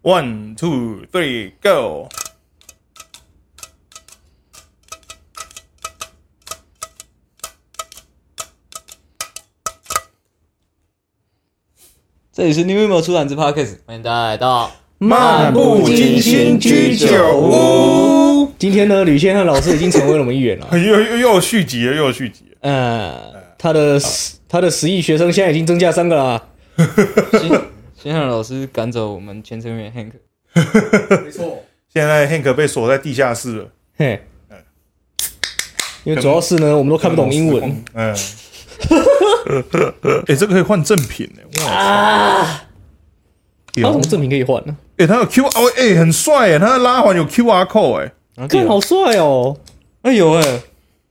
One, two, three, go！这里是 New Emo 出版之 Podcast，欢迎大家来到。漫不经心居酒屋，今天呢，吕先生老师已经成为了我们一员了。哎 又又又有续集了，又有续集了。呃，他的十他的十亿学生现在已经增加三个了啊。先生老师赶走我们前成员 Hank，没错，现在 Hank 被锁在地下室了，嘿，因为主要是呢，我们都看不懂英文。 嗯。哎、这个可以换赠品哎、啊他有哇什塞！么赠品可以换呢？哎、它有 Q R 哦，哎、很帅哎，它的拉环有 Q R code 哎、看好帅哦！哎呦哎，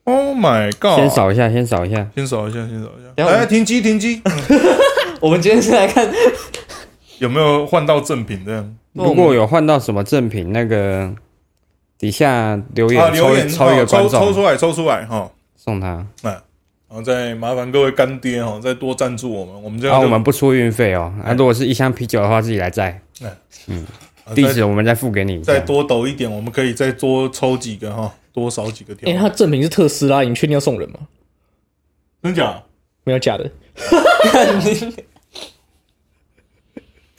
o h Oh my god！先，扫一下，先扫一下。先扫一下，先扫一下。等一下我来，们停机，停机，我们今天是来看，有没有换到赠品这样？如果有换到什么赠品，那个底下留啊，言抽留一言抽一哦个观抽抽出众来，抽出来哈。送他。然后再麻烦各位干爹哈，再多赞助我们，我们这然样啊就后啊哎我们不出运费哦。啊，如果是一箱啤酒的话，自己来载。啊地再址我们再付给你。再多抖一点，我们可以再多抽几个哈，多少几个条哎，。他赠品是特斯拉，你确定要送人吗？真假？没有假的，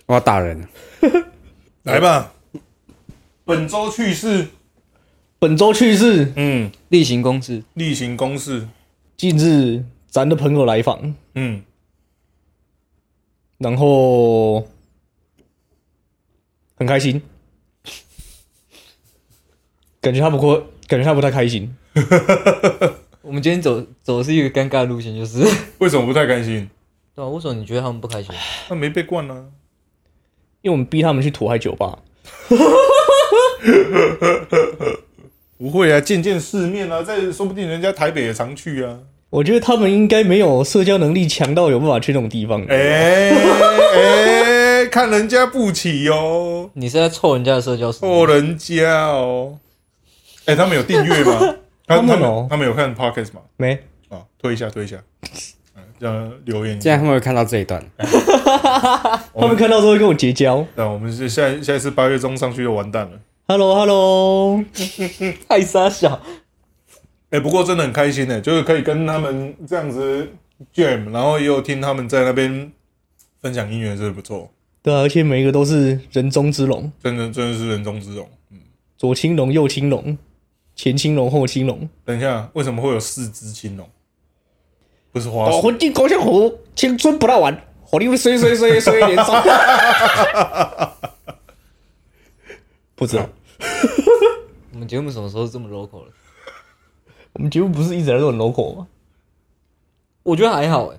我要打人。来吧，本周趣事，本周趣事嗯，例行公事，例行公事，近日咱的朋友来访，嗯，然后很开心，感觉他不过，感觉他不太开心。我们今天走走的是一个尴尬的路线，就是为什么不太开心？对啊，为什么你觉得他们不开心？他没被灌啊呢、因为我们逼他们去土海酒吧，不会啊，见见世面啊，再说不定人家台北也常去啊。我觉得他们应该没有社交能力强到有办法去那种地方。哎、哎、看人家不起哦，你是在凑人家的社交史？哦人家哦。哎、他们有订阅吗？ 他他们哦他们有看 podcast 吗？没，啊，推一下， 推一下，嗯，让留言一这下样他。们会看到这一段。哦他们看到之后会跟我结交。那我们是下下一次八月中上去就完蛋了。 Hello，Hello， 太傻小，哎、不过真的很开心呢、就是可以跟他们这样子 jam，然后也有听他们在那边分享音乐，真的不错，对啊，而且每一个都是人中之龙，真的真的是人中之龙。左青龙，右青龙，前青龙，后青龙。等一下，为什么会有四只青龙？不是花哦，鼠，魂进高像虎，青春不到完，火力衰衰衰衰年少。不知道，我们节目什么时候这么 local 了？我们节目不是一直在都很 local 吗？我觉得还好哎、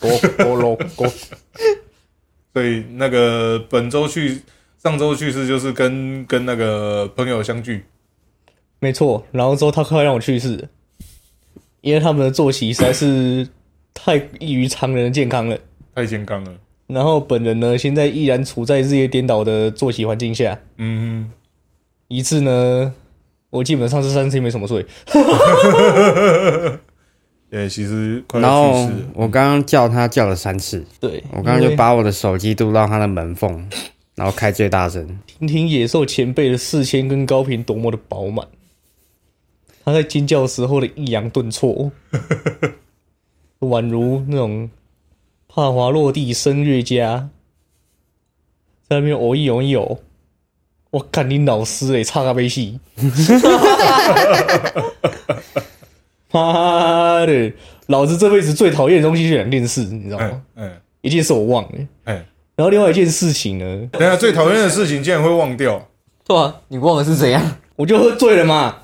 多多 local，所以那个本周去上周去是就是跟跟那个朋友相聚，没错。然后之后他快让我去世了，因为他们的作息实在是太异于常人的健康了。太健康了。然后本人呢，现在依然处在日夜颠倒的作息环境下。嗯，一次呢，我基本上是三天没什么睡。对，哎其实快然要去后世了。我刚刚叫他叫了三次，对，我刚刚因就为把我的手机嘟到他的门缝，然后开最大声。听听野兽前辈的四千根高频多么的饱满，他在尖叫时候的抑扬顿挫，哦宛如那种帕华落地声乐家在那边哦一哦一哦，我干你老师诶、欸，差咖啡戏，妈的，老子这辈子最讨厌的东西就两件事，你知道嗯吗？嗯一件事我忘了，嗯，然后另外一件事情呢，等一下最讨厌的事情竟然会忘掉，对啊，你忘了是怎样？我就喝醉了嘛。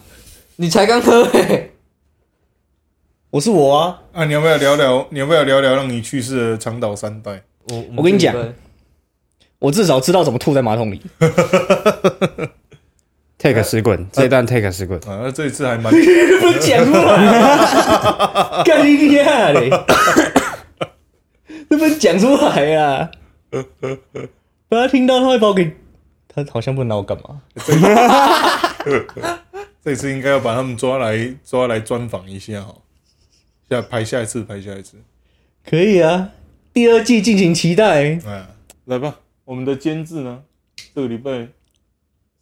你才刚喝哎、我是我啊，啊，你要不要聊聊？你要不要聊聊让你去世的长岛三代？我们我跟你这讲礼拜我至少知道怎么吐在马桶里。哎 Take 十滚，这一段 Take 十滚。啊，那这一次还 蛮…… 不能讲出来、啊，干你娘嘞！那不能讲出来啊！大家听到他会把我给……他好像不能拿我干嘛？这一次应该要把他们抓来抓来专访一下哈，下拍下一次，拍下一次。可以啊，第二季敬请期待。哎、来吧，我们的监制呢？这个礼拜，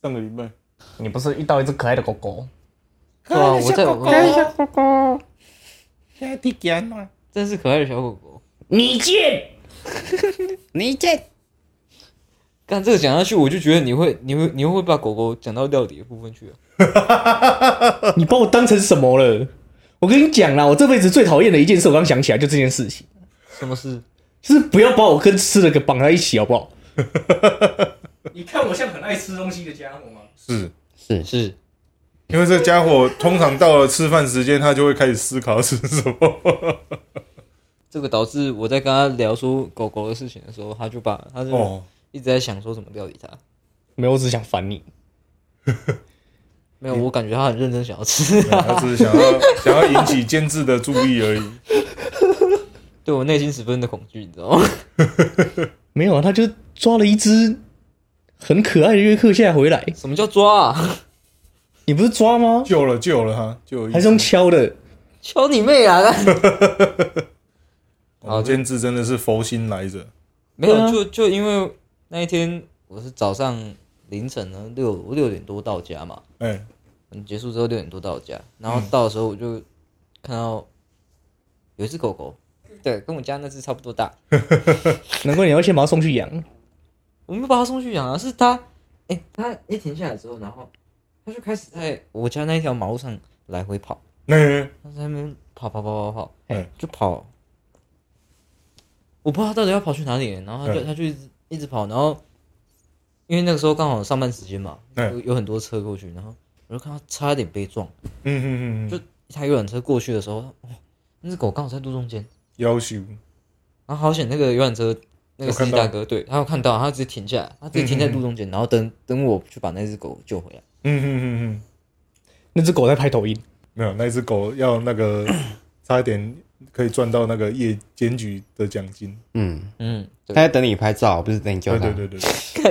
上个礼拜，你不是遇到一只可爱的狗狗？对啊，我在我小狗狗，现在地点暖。真是可爱的小狗狗。你 贱！你贱！干这个讲下去，我就觉得你会，你会，你会把狗狗讲到料理的部分去了。你把我当成什么了？我跟你讲啦，我这辈子最讨厌的一件事，我刚想起来，就这件事情，什么事？就是不要把我跟吃的给绑在一起，好不好？ 你看我像很爱吃东西的家伙吗？是是因为这家伙通常到了吃饭时间，他就会开始思考吃什么。这个导致我在跟他聊说狗狗的事情的时候，他就把他就哦，一直在想说怎么料理它。没有，我只想烦你。没有，我感觉他很认真想要吃。 他只是想 要想要引起监制的注意而已。对我内心十分的恐惧，你知道吗？没有啊，他就抓了一只很可爱的约克夏回来，什么叫抓啊？ 你不是抓吗？救了救了他，救了一还是用敲的？敲你妹啊！干我们哦监制真的是佛心来着。没有，对啊就就因为那一天我是早上凌晨呢六六点多到家嘛，哎、嗯，结束之后六点多到家，然后到的时候我就看到有一只狗狗，嗯对，跟我家那只差不多大，难怪你要先把它送去养。我没有把它送去养啊，是它，哎、它一停下来之后，然后它就开始在我家那一条马路上来回跑，那、它在那边跑跑跑跑跑，哎嗯就跑，我不知道它到底要跑去哪里，然后它就嗯它就一直一直跑，然后因为那个时候刚好上班时间嘛，嗯有有很多车过去，然后我就看它差点被撞。嗯嗯嗯就嗯，一台游览车过去的时候，哇，那只狗刚好在路中间，要求然后好险那个游览车那个司机有看到大哥，对他有看到，他直接停下来，他直接停在路中间，然后等等我去把那只狗救回来。嗯嗯嗯嗯，那只狗在拍抖音，没有，那只狗要那个 差一点可以赚到那个业检举的奖金。嗯，嗯，他对，在等你拍照，不是等你救对啊他。对对对，对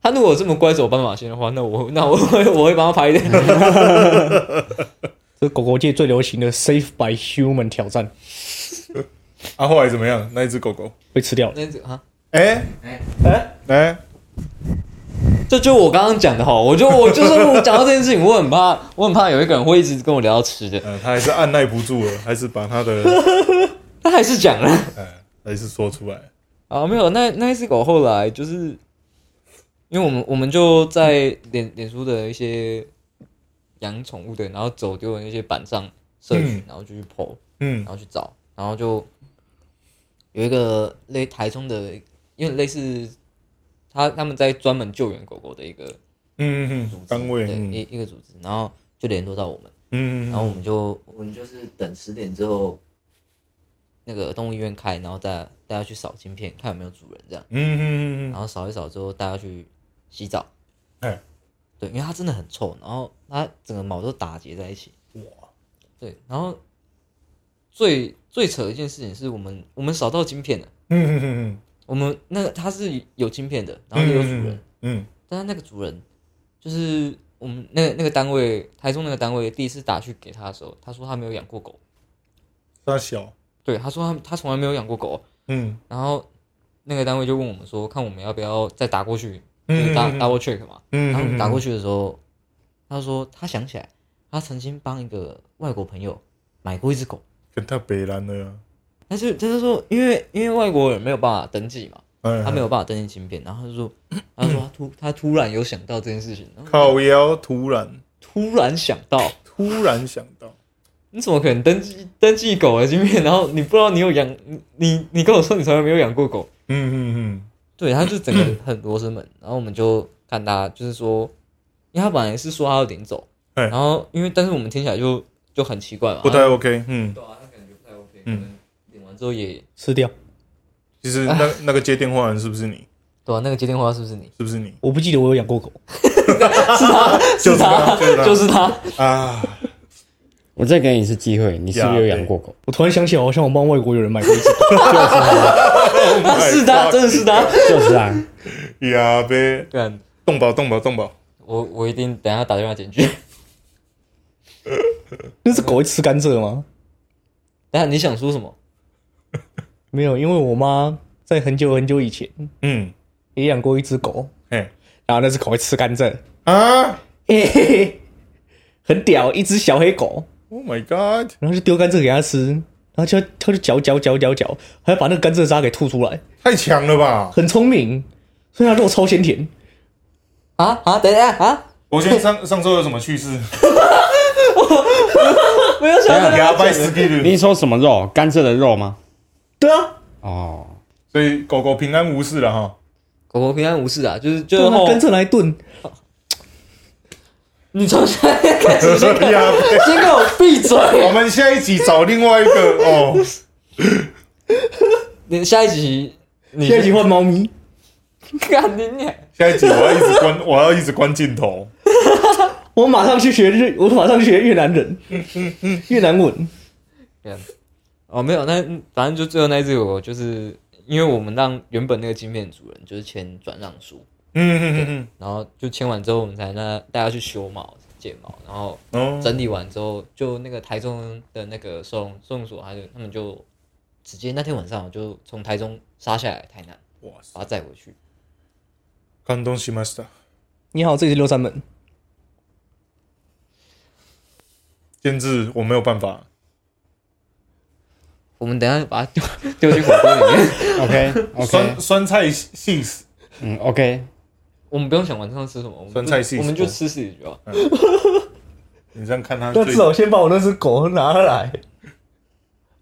他如果这么乖走斑马线的话，那我 那我会我会帮他拍的。嗯这狗狗界最流行的 “safe by human” 挑战啊，后来怎么样？那一只狗狗，被吃掉了。 那只啊，哎哎哎哎，这就我刚刚讲的哈，我就我就是我讲到这件事情，我很怕， 我很怕有一个人会一直跟我聊到吃的，呃，他还是按耐不住了，还是把他 的，他还是讲了呃，还是说出来。啊，没有，那那一只狗后来就是。因为我们我们就在脸脸书的一些养宠物的，然后走丢的那些板上社群嗯，然后就去 PO，嗯然后去找，然后就有一个类台中的，因为类似他他们在专门救援狗狗的一个嗯嗯组嗯，织，单位，对哎嗯一一个组织，然后就联络到我们，嗯嗯然后我们就我们就是等十点之后，那个动物医院开，然后大家大家去扫晶片，看有没有主人这样。嗯嗯嗯然后扫一扫之后，大家去洗澡。哎对，因为它真的很臭，然后它整个毛都打结在一起。哇！对，然后最最扯的一件事情是我们我们扫到晶片了，嗯嗯嗯我们那个它是有晶片的，然后也有主人，嗯但是那个主人就是我们那个那个单位台中那个单位第一次打去给他的时候，他说他没有养过狗，他小，对，他说他他从来没有养过狗，嗯然后那个单位就问我们说，看我们要不要再打过去，就是打嗯，打我 check 嘛，嗯，然后打过去，去的时候，他说他想起来，他曾经帮一个外国朋友买过一只狗，跟他北蓝了呀，但是他就说，因为因为外国人没有办法登记嘛，哎，他没有办法登记芯片，然后他就说，他就说他突他突然有想到这件事情，然后靠腰，突然突然想到，突然想 到，你怎么可能登记登记狗的芯片，然后你不知道你有养你你你跟我说你从来没有养过狗，嗯嗯对，他就整个很罗生门，然后我们就看他，就是说，因为他本来是说他要领走，哎然后因为但是我们听起来就就很奇怪嘛，嗯，不他太 OK，嗯，对啊，他感觉不太 OK，可嗯能领完之后也吃掉，其实 那那个接电话的人是不是你？对啊，那个接电话是不是你？是不是你？我不记得我有养过狗。就是他，就是他，就是他，啊，我再给你一次机会，你是不是有养过狗？我突然想起来，好像我帮外国友人买过一只狗。他 是他，真的是他。就是啊，呀呗，干，动保动保动保，我我一定等一下打电话检举。那只狗会吃甘蔗吗？等一下你想说什么？没有，因为我妈在很久很久以前嗯也养过一只狗，哎然后那只狗会吃甘蔗， 啊嘿嘿嘿，很屌，一只小黑狗， ，Oh my God！然后就丢甘蔗给它吃，然后就它就嚼嚼嚼嚼嚼，还要把那个甘蔗渣给吐出来，太强了吧！很聪明，所以它肉超鲜甜。啊啊，等一下啊，我先上上周有什么趣 事？没有想到给他掰死屁股。你说什么肉？甘蔗的肉吗？对啊，哦， 所以狗狗平安无事了哈。狗狗平安无事啊，就是就就是拿后甘蔗来炖，你从现在开始先 给呀 先给我闭我嘴，们下一集找另外一 个哦，你下一集你下一集换猫咪，看你娘下一集我要一直关，我要一直关镜头。我马上去学日，我马上去学越南人，越南文。哦，没有，那反正就最后那一只狗狗，就是因为我们让原本那个晶片主人就是签转让书，嗯嗯然后就签完之后，我们才让大家去修毛、剪毛，然后嗯嗯，哦，整理完之后，就那个台中的那个收容收容所，他就他们就直接那天晚上就从台中杀下来台南，哇塞，把它载回去。感动しました。你好，这里是六扇门，监制我没有办法，我们等一下把它丢 丢进火锅里面， OK OK，酸酸菜系死。嗯 OK，我们不用想晚上吃什么，我们就酸菜系嗯我们就统吃自己就好。你这样看他那最，至少先把啊我那只狗拿来，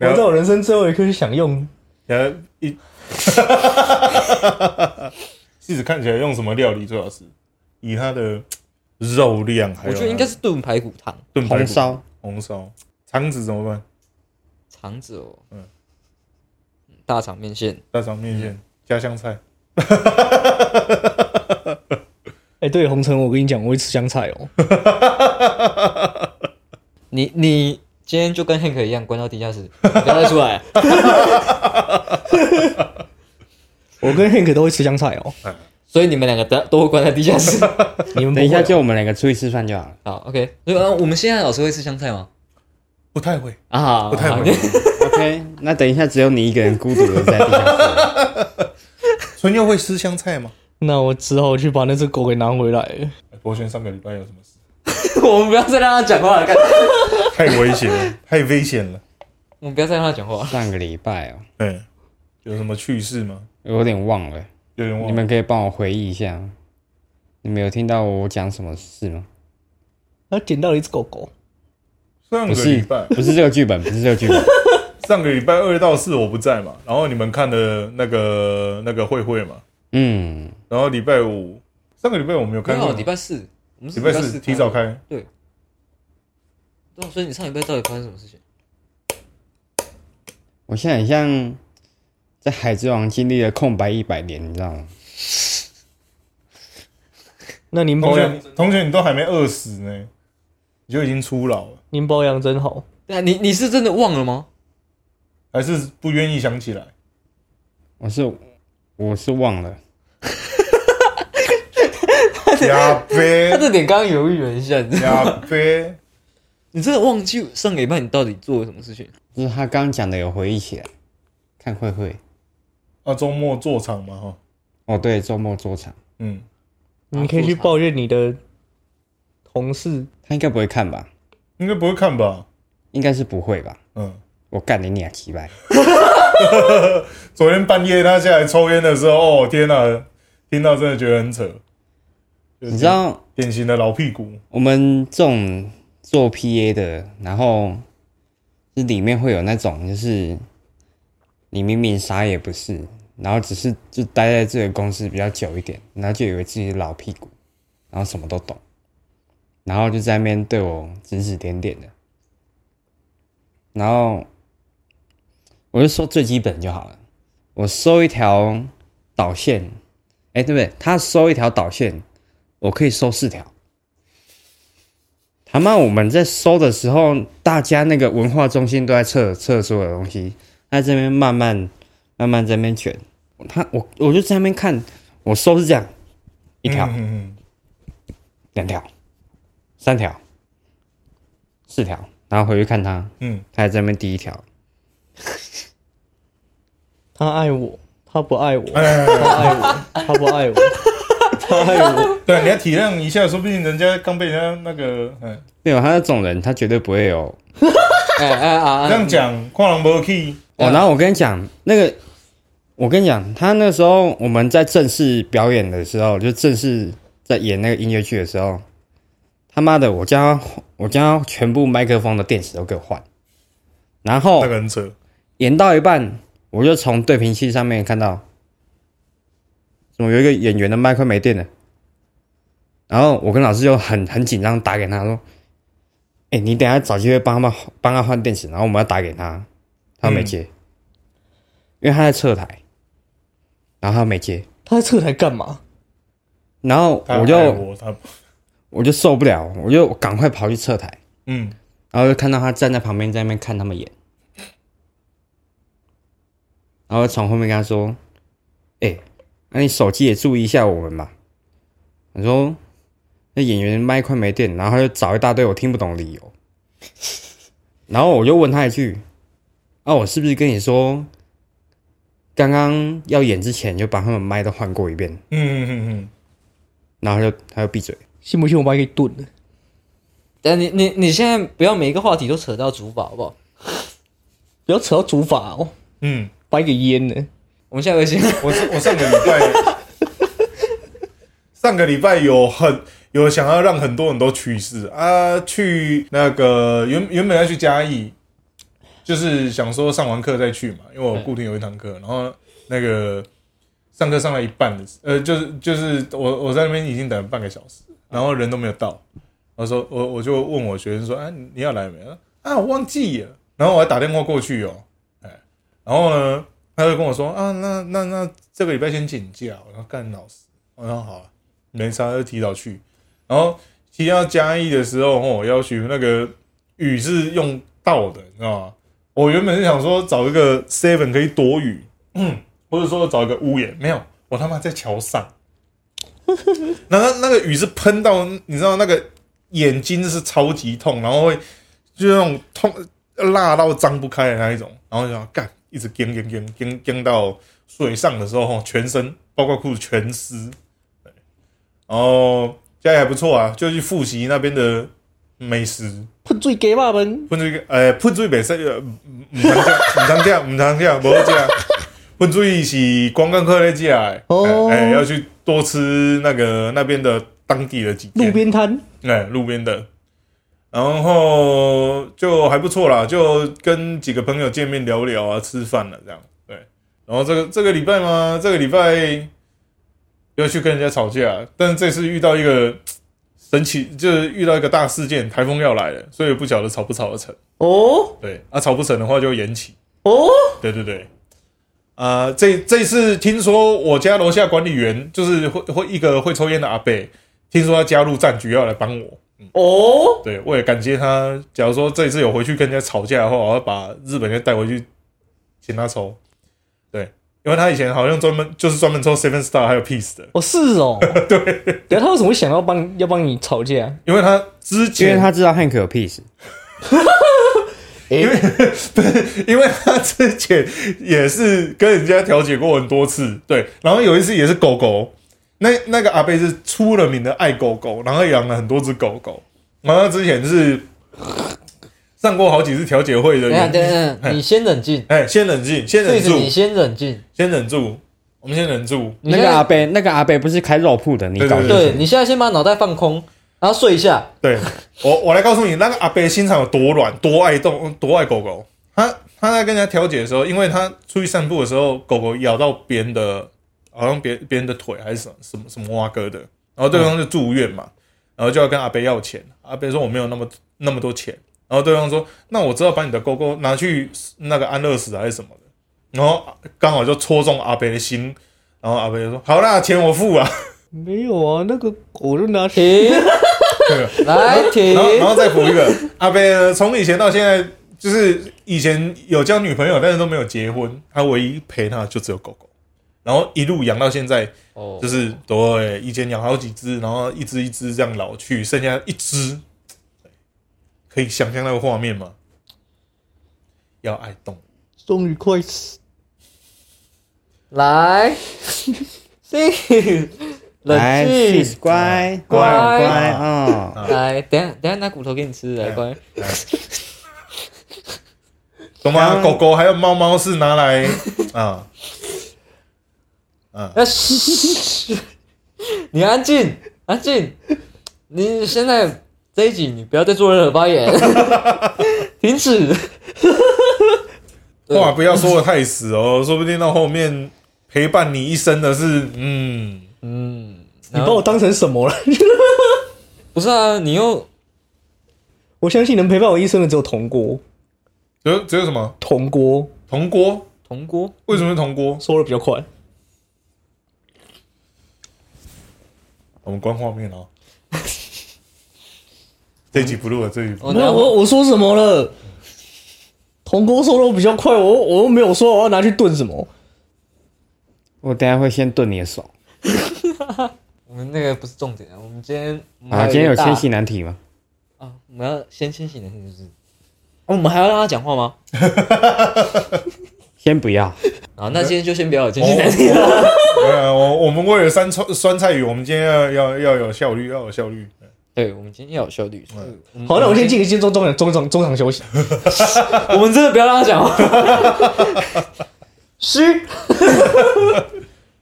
我在我人生最后一刻去享用。然后一，戏子看起来用什么料理最好吃？以它的肉量，还我有觉得应该是炖排骨汤，炖排骨红烧红烧肠子怎么办？肠子哦，嗯嗯，大肠面线。大肠面线加香菜，哎、对，红尘，我跟你讲，我会吃香菜 哦。你你今天就跟 Hank 一样关到地下室， 不要再出来。 我跟 Hank 都会吃香菜哦。所以你们两个都都会关在地 下室。你们不会等一下哦就我们两个出去吃饭就好了。好，OK。所以呃我们现在老师会吃香菜吗？不太会。啊，好不太好会 OK，那等一下只有你一个人孤独的在地下室。春佑会吃香菜吗？哎那我只好去把那只狗给拿回来了。博轩上个礼拜有什么事？ 我们不要再让他讲话 了，干太危险了，太危险了。我们不要再让他讲话了。上个礼拜哦，对，有什么趣事吗？我有点忘了，有人你忘了们可以帮我回忆一下，你们有听到我讲什么事吗？他捡到了一只狗狗，上不个是礼拜，不是这个剧本，不是这个剧 本。上个礼拜二到四我不在嘛，然后你们看的那个那个慧慧嘛，嗯，然后礼拜五，上个礼拜我没有没看有，啊过，礼拜四，我们是礼拜四四提早开开，的。对，所以你上礼拜到底发生什么事情？我现在很像在《海贼王》经历了空白一百年，你知道吗？那您同保学养，同学你都还没饿死呢，你就已经出老了，您保养真好。对啊，你你是真的忘了吗？ 还是不愿意想起来？ 我是我是忘了，呀他呗这点刚刚犹豫了一下， 你知道吗呀呗，你真的忘记上礼拜你到底做了什么事情？ 就是他刚刚讲的有回忆起来。看慧慧，啊，周末做场嘛哈，哦对，周末做场，嗯，你可以去抱怨你的同事，他应该不会看吧？应该不会看吧？应该是不会吧？嗯，我干你俩鸡巴！昨天半夜他下来抽烟的时候，哦天哪、听到真的觉得很扯，你知道典型的老屁股，我们这种做 PA 的，然后是里面会有那种，就是你明明啥也不是，然后只是就待在这个公司比较久一点，然后就以为自己是老屁股，然后什么都懂，然后就在那边对我指指点点的，然后我就说最基本就好了，我收一条导线，哎，对不对？他收一条导线，我可以收四条。他妈，我们在收的时候，大家那个文化中心都在测测所有东西，他在这边慢慢慢慢在那边卷。他我我就在那边看，我收是这样，一条、嗯嗯两条、三条、四条，然后回去看他，嗯他还在那边第一条，他爱我，他不爱我，哎哎， 哎他爱我，他不爱我，他爱 我，对，啊你要体谅一下，说不定人家刚被人家那个，哎，没有他那种人，他绝对不会有。哎哎啊这样讲，跨栏不 key，哦，然后我跟你讲，那个我跟你讲，他那时候我们在正式表演的时候，就正式在演那个音乐剧的时候，他妈的，我将我将全部麦克风的电池都给我换，然后那个很扯，演到一半，我就从对屏器上面看到，怎么有一个演员的麦克没电了。然后我跟老师就很很紧张，打给他说：“哎、你等一下找机会帮他们帮他换电池。”然后我们要打给他，他没接，因为他在侧台，然后他没接，他在侧台干嘛？然后他我就爱我他，我就受不了，我就赶快跑去侧台，嗯，然后就看到他站在旁边在那边看他们演，然后从后面跟他说：“哎、那你手机也注意一下我们吧。”我说：“那演员麦快没电。”然后他就找一大堆我听不懂的理由， 然后我就问他一句：“啊，我是不是跟你说，刚刚要演之前就把他们麦都换过一遍嗯嗯嗯嗯，？”然后他就他就闭嘴。信不信我把你给炖了？但你你你现在不要每一个话题都扯到主法好不好？不要扯到主法哦，嗯，把你给淹了。我们 下回先我是我上个礼拜，上个礼拜有很有想要让很多人都去世啊，去那个原原本要去嘉义，就是想说上完课再去嘛，因为我固定有一堂课，然后那个上课上了一半的时，呃，就是就是我我在那边已经等了半个小时，然后人都没有到，然后说我我就问我学生说，啊，你你要来没？啊，我忘记了，然后我还打电话过去哦，哎，然后呢，他就跟我说啊，那那那这个礼拜先请假，我说干老师，我说好啊，没差，就提早去，然后提到嘉义的时候，哦，要去那个雨是用倒的，你知道吗？我原本是想说找一个 seven 可以躲雨， 或者说找一个屋檐，没有，我他妈在桥上， 然后那个雨是喷到，你知道那个眼睛是超级痛，然后会就那种痛辣到张不开的那一种，然后就要干，一直颠颠颠颠颠到水上的时候，全身包括裤子全湿，对然后家里还不错啊，就去复习那边的美食。喷醉给爸们，喷水个，呃，喷水袂使，呃唔唔唔通食，唔通食，唔通食，无好食。喷水是观光客在食的，哦哎、哎要去多吃那个那边的当地的几路店，边摊，哎、路边的，然后就还不错啦，就跟几个朋友见面聊聊啊，吃饭了这样，对。然后这个这个礼拜嘛，这个礼拜又去跟人家吵架，但是这次遇到一个神奇，就是遇到一个大事件，台风要来了，所以不晓得吵不吵得成。哦对啊，吵不成的话就延期。哦，对对对，啊、这这次听说我家楼下管理员就是会会一个会抽烟的阿伯，听说他加入战局要来帮我。哦，对，我也感谢他。假如说这一次有回去跟人家吵架的话，我要把日本人带回去，请他抽。对，因为他以前好像专门就是专门抽 Seven Star 还有 Peace 的，哦是哦， 对，等一下他为什么会想要帮要帮你吵架？因为他之因为前他知道汉克有 peace， 因为他之前也是跟人家调解过很多次，对，然后有一次也是狗狗，那那个阿贝是出了名的爱狗狗，然后养了很多只狗狗，然后他之前是上过好几次调解会的等一下原等一因，下，等一下你先冷静，哎，先冷静，先这忍次住你，先冷静。先忍住，我们先忍住，你那现个在阿贝，那个阿贝不是开肉铺的，你对搞对清楚对你现在先把脑袋放空，然后睡一下。对我我来告诉你，那个阿贝心肠有多软，多爱动，多爱狗狗。他他在跟人家调解的时候，因为他出去散步的时候，狗狗咬到别人的，好像别别人的腿还是什么什么什么蛙哥的，然后对方就住院嘛，然后就要跟阿贝要钱。阿贝说我没有那么那么多钱，然后对方说那我只好把你的狗狗拿去那个安乐死还是什么的，然后刚好就戳中阿贝的心，然后阿贝就说好啦，钱我付啊。没有啊，那个狗就拿去停，对来 停然。后，然后再补一个阿贝呢，从以前到现在，就是以前有交女朋友，但是都没有结婚。他唯一陪他就只有狗狗，然后一路养到现在，哦就，是对，以前养好几只，然后一只一只这样老去，剩下一只，可以想象那个画面吗？要爱动，终于快死，来，six，来冷静， ，Sis，乖乖乖啊！来，等一下等一下拿骨头给你吃，来哎乖，懂吗？狗狗还有猫猫是拿 来啊，那哎嘘， 你安静，安静，你现在这一集你不要再做任何发言， 停止。对话不要说的太死哦，说不定到后面陪伴你一生的是嗯，你把我当成什么了？不是啊，你又 我相信能陪伴我一生的只有铜锅，只有只有什么铜锅铜锅？铜锅，为什么是铜锅？收的比较快。我们关画面哦。 这一集不录了，这一集不录我没有拿我我说什么了？铜锅收的比较快，我又我又没有说我要拿去炖什么。我等一下会先炖你的手我们那个不是重点啊，我们今天我们还啊！今天有一个大千禧难题吗？啊，我们要先清醒的，是不是？哦，我们还要让他讲话吗？先不要，啊，那今天就先不要有千禧难题了。哦呃，我我们为了酸菜酸菜鱼，我们今天要要要有效率，要有效率。 对，我们今天要有效率。所以嗯我们好，那我先进个先中中场中场中场休息。 我们真的不要让他讲话。 嘘。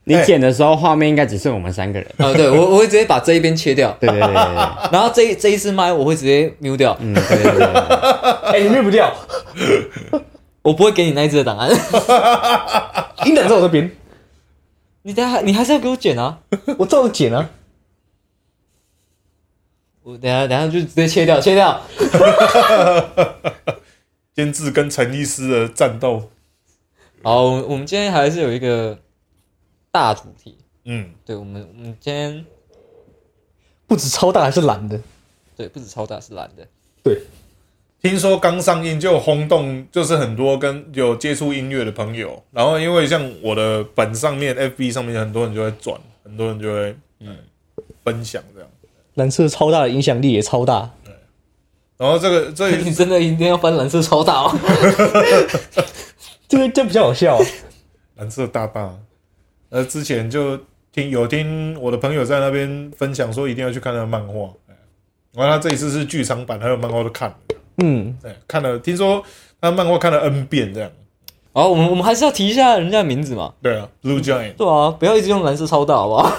你哎剪的时候画面应该只剩我们三个人。啊，对我我会直接把这一边切掉， 对对对对对，然后这一这一次麦我会直接 mute 掉，嗯，对对对对，哎、你灭不掉，我不会给你那一只的档案。 音档在我这边，你等下你还是要给我剪啊。我照着剪啊。我等下等下就直接切掉，切掉。监制跟陈医师的战斗，好，我们我们今天还是有一个大主题。嗯，对，我们我们今天不止超大，还是蓝的。对不止超大是蓝的， 对，听说刚上映就轰动，就是很多跟有接触音乐的朋友，然后因为像我的本上面 FB 上面很多人就会转，很多人就会嗯分享这样。蓝色超大的影响力也超大。然后这个这一你真的一定要翻蓝色超大哦。 这个这比较好笑、啊。蓝色大坝，呃，之前就听有听我的朋友在那边分享说一定要去看那个漫画，哎然后他这一次是剧场版还有漫画都看了，嗯，哎，看了听说他漫画看了 N 遍这样，好，我们我们还是要提一下人家的名字嘛。对啊，Blue Giant，对啊，不要一直用蓝色超大好不 好？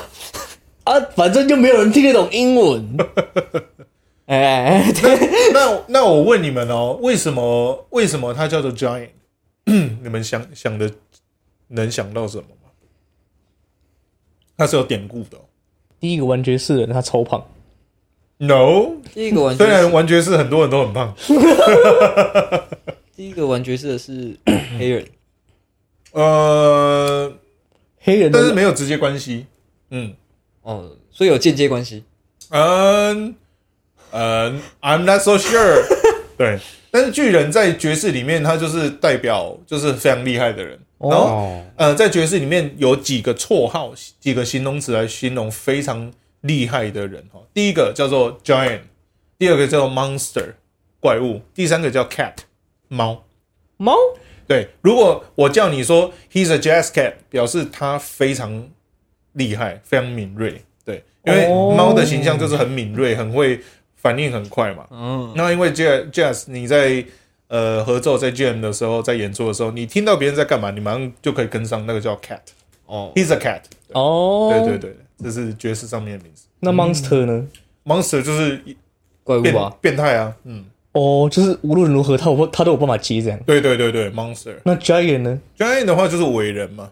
啊，反正就没有人听得懂英文。哎哎哎，对那那我问你们哦，为什么为什么它叫做 Giant？你们想想的能想到什么吗？它是有典故的、哦。第一个完全是人，他超胖。 No，第一个完虽全然是完全是很多人都很胖，第一个完全是的是 黑人，呃，黑人但是的没有直接关系。嗯，哦，所以有间接关系。嗯嗯，I'm not so sure 。对，但是巨人在爵士里面，他就是代表就是非常厉害的人。然后哦，呃，在爵士里面有几个绰号、几个形容词来形容非常厉害的人哈。第一个叫做 giant，第二个叫做 monster 怪物，第三个叫 cat 猫。猫对，如果我叫你说 he's a jazz cat，表示他非常厉害，非常敏锐。对，因为哦猫的形象就是很敏锐，很会反应很快嘛。嗯，那因为 jazz jazz 你在呃合奏在 jam 的时候，在演出的时候，你听到别人在干嘛，你马上就可以跟上，那个叫 cat。哦， He's a cat。哦，对对对，这是爵士上面的名字。那 monster 呢？ Monster 就是怪物变啊，变态啊，嗯，哦，就是无论如何，他有他都有办法接这样。对对对对，Monster。那 giant 呢？ Giant 的话就是伟人嘛，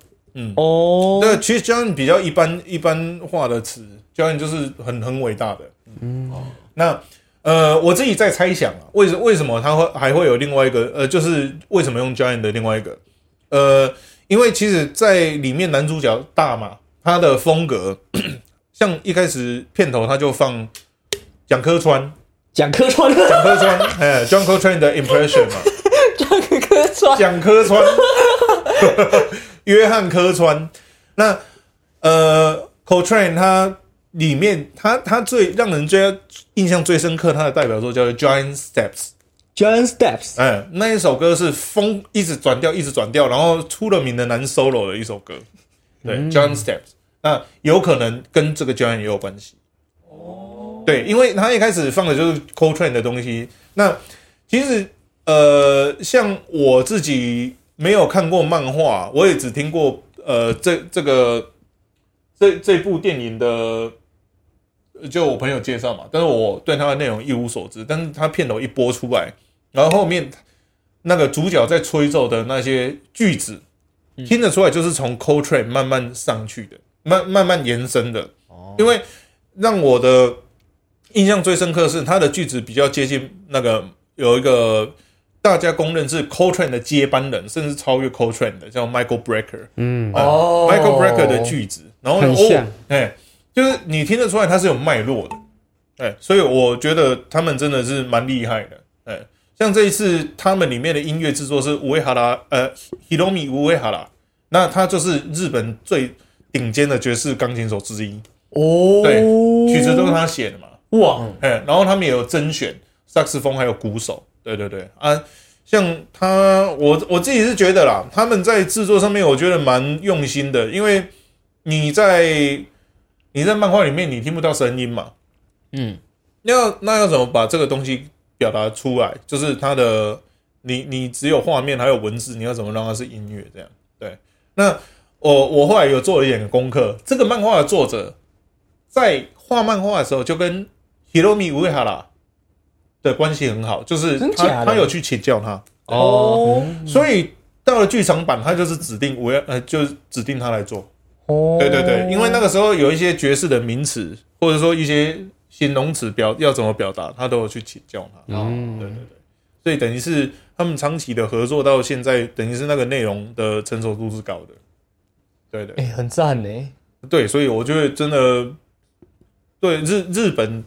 哦，那其实 Giant 比较一般一般化的词，Giant 就是很很伟大的。嗯，那呃，我自己在猜想啊，为什为什么他会还会有另外一个呃，就是为什么用 Giant 的另外一个呃，因为其实，在里面男主角大嘛，他的风格 像一开始片头他就放蒋科川。讲客 串蒋科川，哎，John Coltrane 的 Impression 嘛，哥哥穿蒋科川，约翰科川。那呃，Coltrane 他里面他他最让人觉得印象最深刻，他的代表作叫做《Giant Steps》。 giant steps。哎，那一首歌是疯，一直转调，一直转调，然后出了名的难 solo 的一首歌。对、j o h n Steps，那有可能跟这个教练也有关系。哦，对，因为他一开始放的就是 Coltrane 的东西。那其实呃，像我自己没有看过漫画，我也只听过呃这这个这这部电影的。就我朋友介绍嘛，但是我对它的内容一无所知。但是它片头一播出来，然后后面那个主角在吹奏的那些句子，听得出来就是从 Coltrane 慢慢上去的，慢慢慢延伸的。因为让我的印象最深刻是他的句子比较接近那个有一个大家公认是 Coltrane 的接班人，甚至超越 Coltrane 的，叫 Michael Brecker。嗯，哦 Michael Brecker 的句子，然后呢很像哦，哎、就是你听得出来它是有脉络的，哎、所以我觉得他们真的是蛮厉害的，哎、像这一次他们里面的音乐制作是五位哈拉，呃，Hiromi 五位哈拉，那他就是日本最顶尖的爵士钢琴手之一，哦，嗯对曲子都是他写的嘛，哇，哎，然后他们也有甄选萨克斯风还有鼓手，对对对啊，像他我我自己是觉得啦，他们在制作上面我觉得蛮用心的，因为你在你在漫画里面你听不到声音嘛，嗯，那那要怎么把这个东西表达出来？就是它的你你只有画面还有文字，你要怎么让它是音乐这样？对，那我我后来有做了一点功课，这个漫画的作者在画漫画的时候就跟 Hiromi Uehara 的关系很好，就是真假他的他有去请教他，哦所以到了剧场版，他就是指定我要呃，就是指定他来做。哦，对对对，因为那个时候有一些爵士的名词，或者说一些形容词表要怎么表达，他都有去请教他。嗯对对对，所以等于是他们长期的合作到现在，等于是那个内容的成熟度是高的。对对哎、很赞呢，对，所以我觉得真的对日日本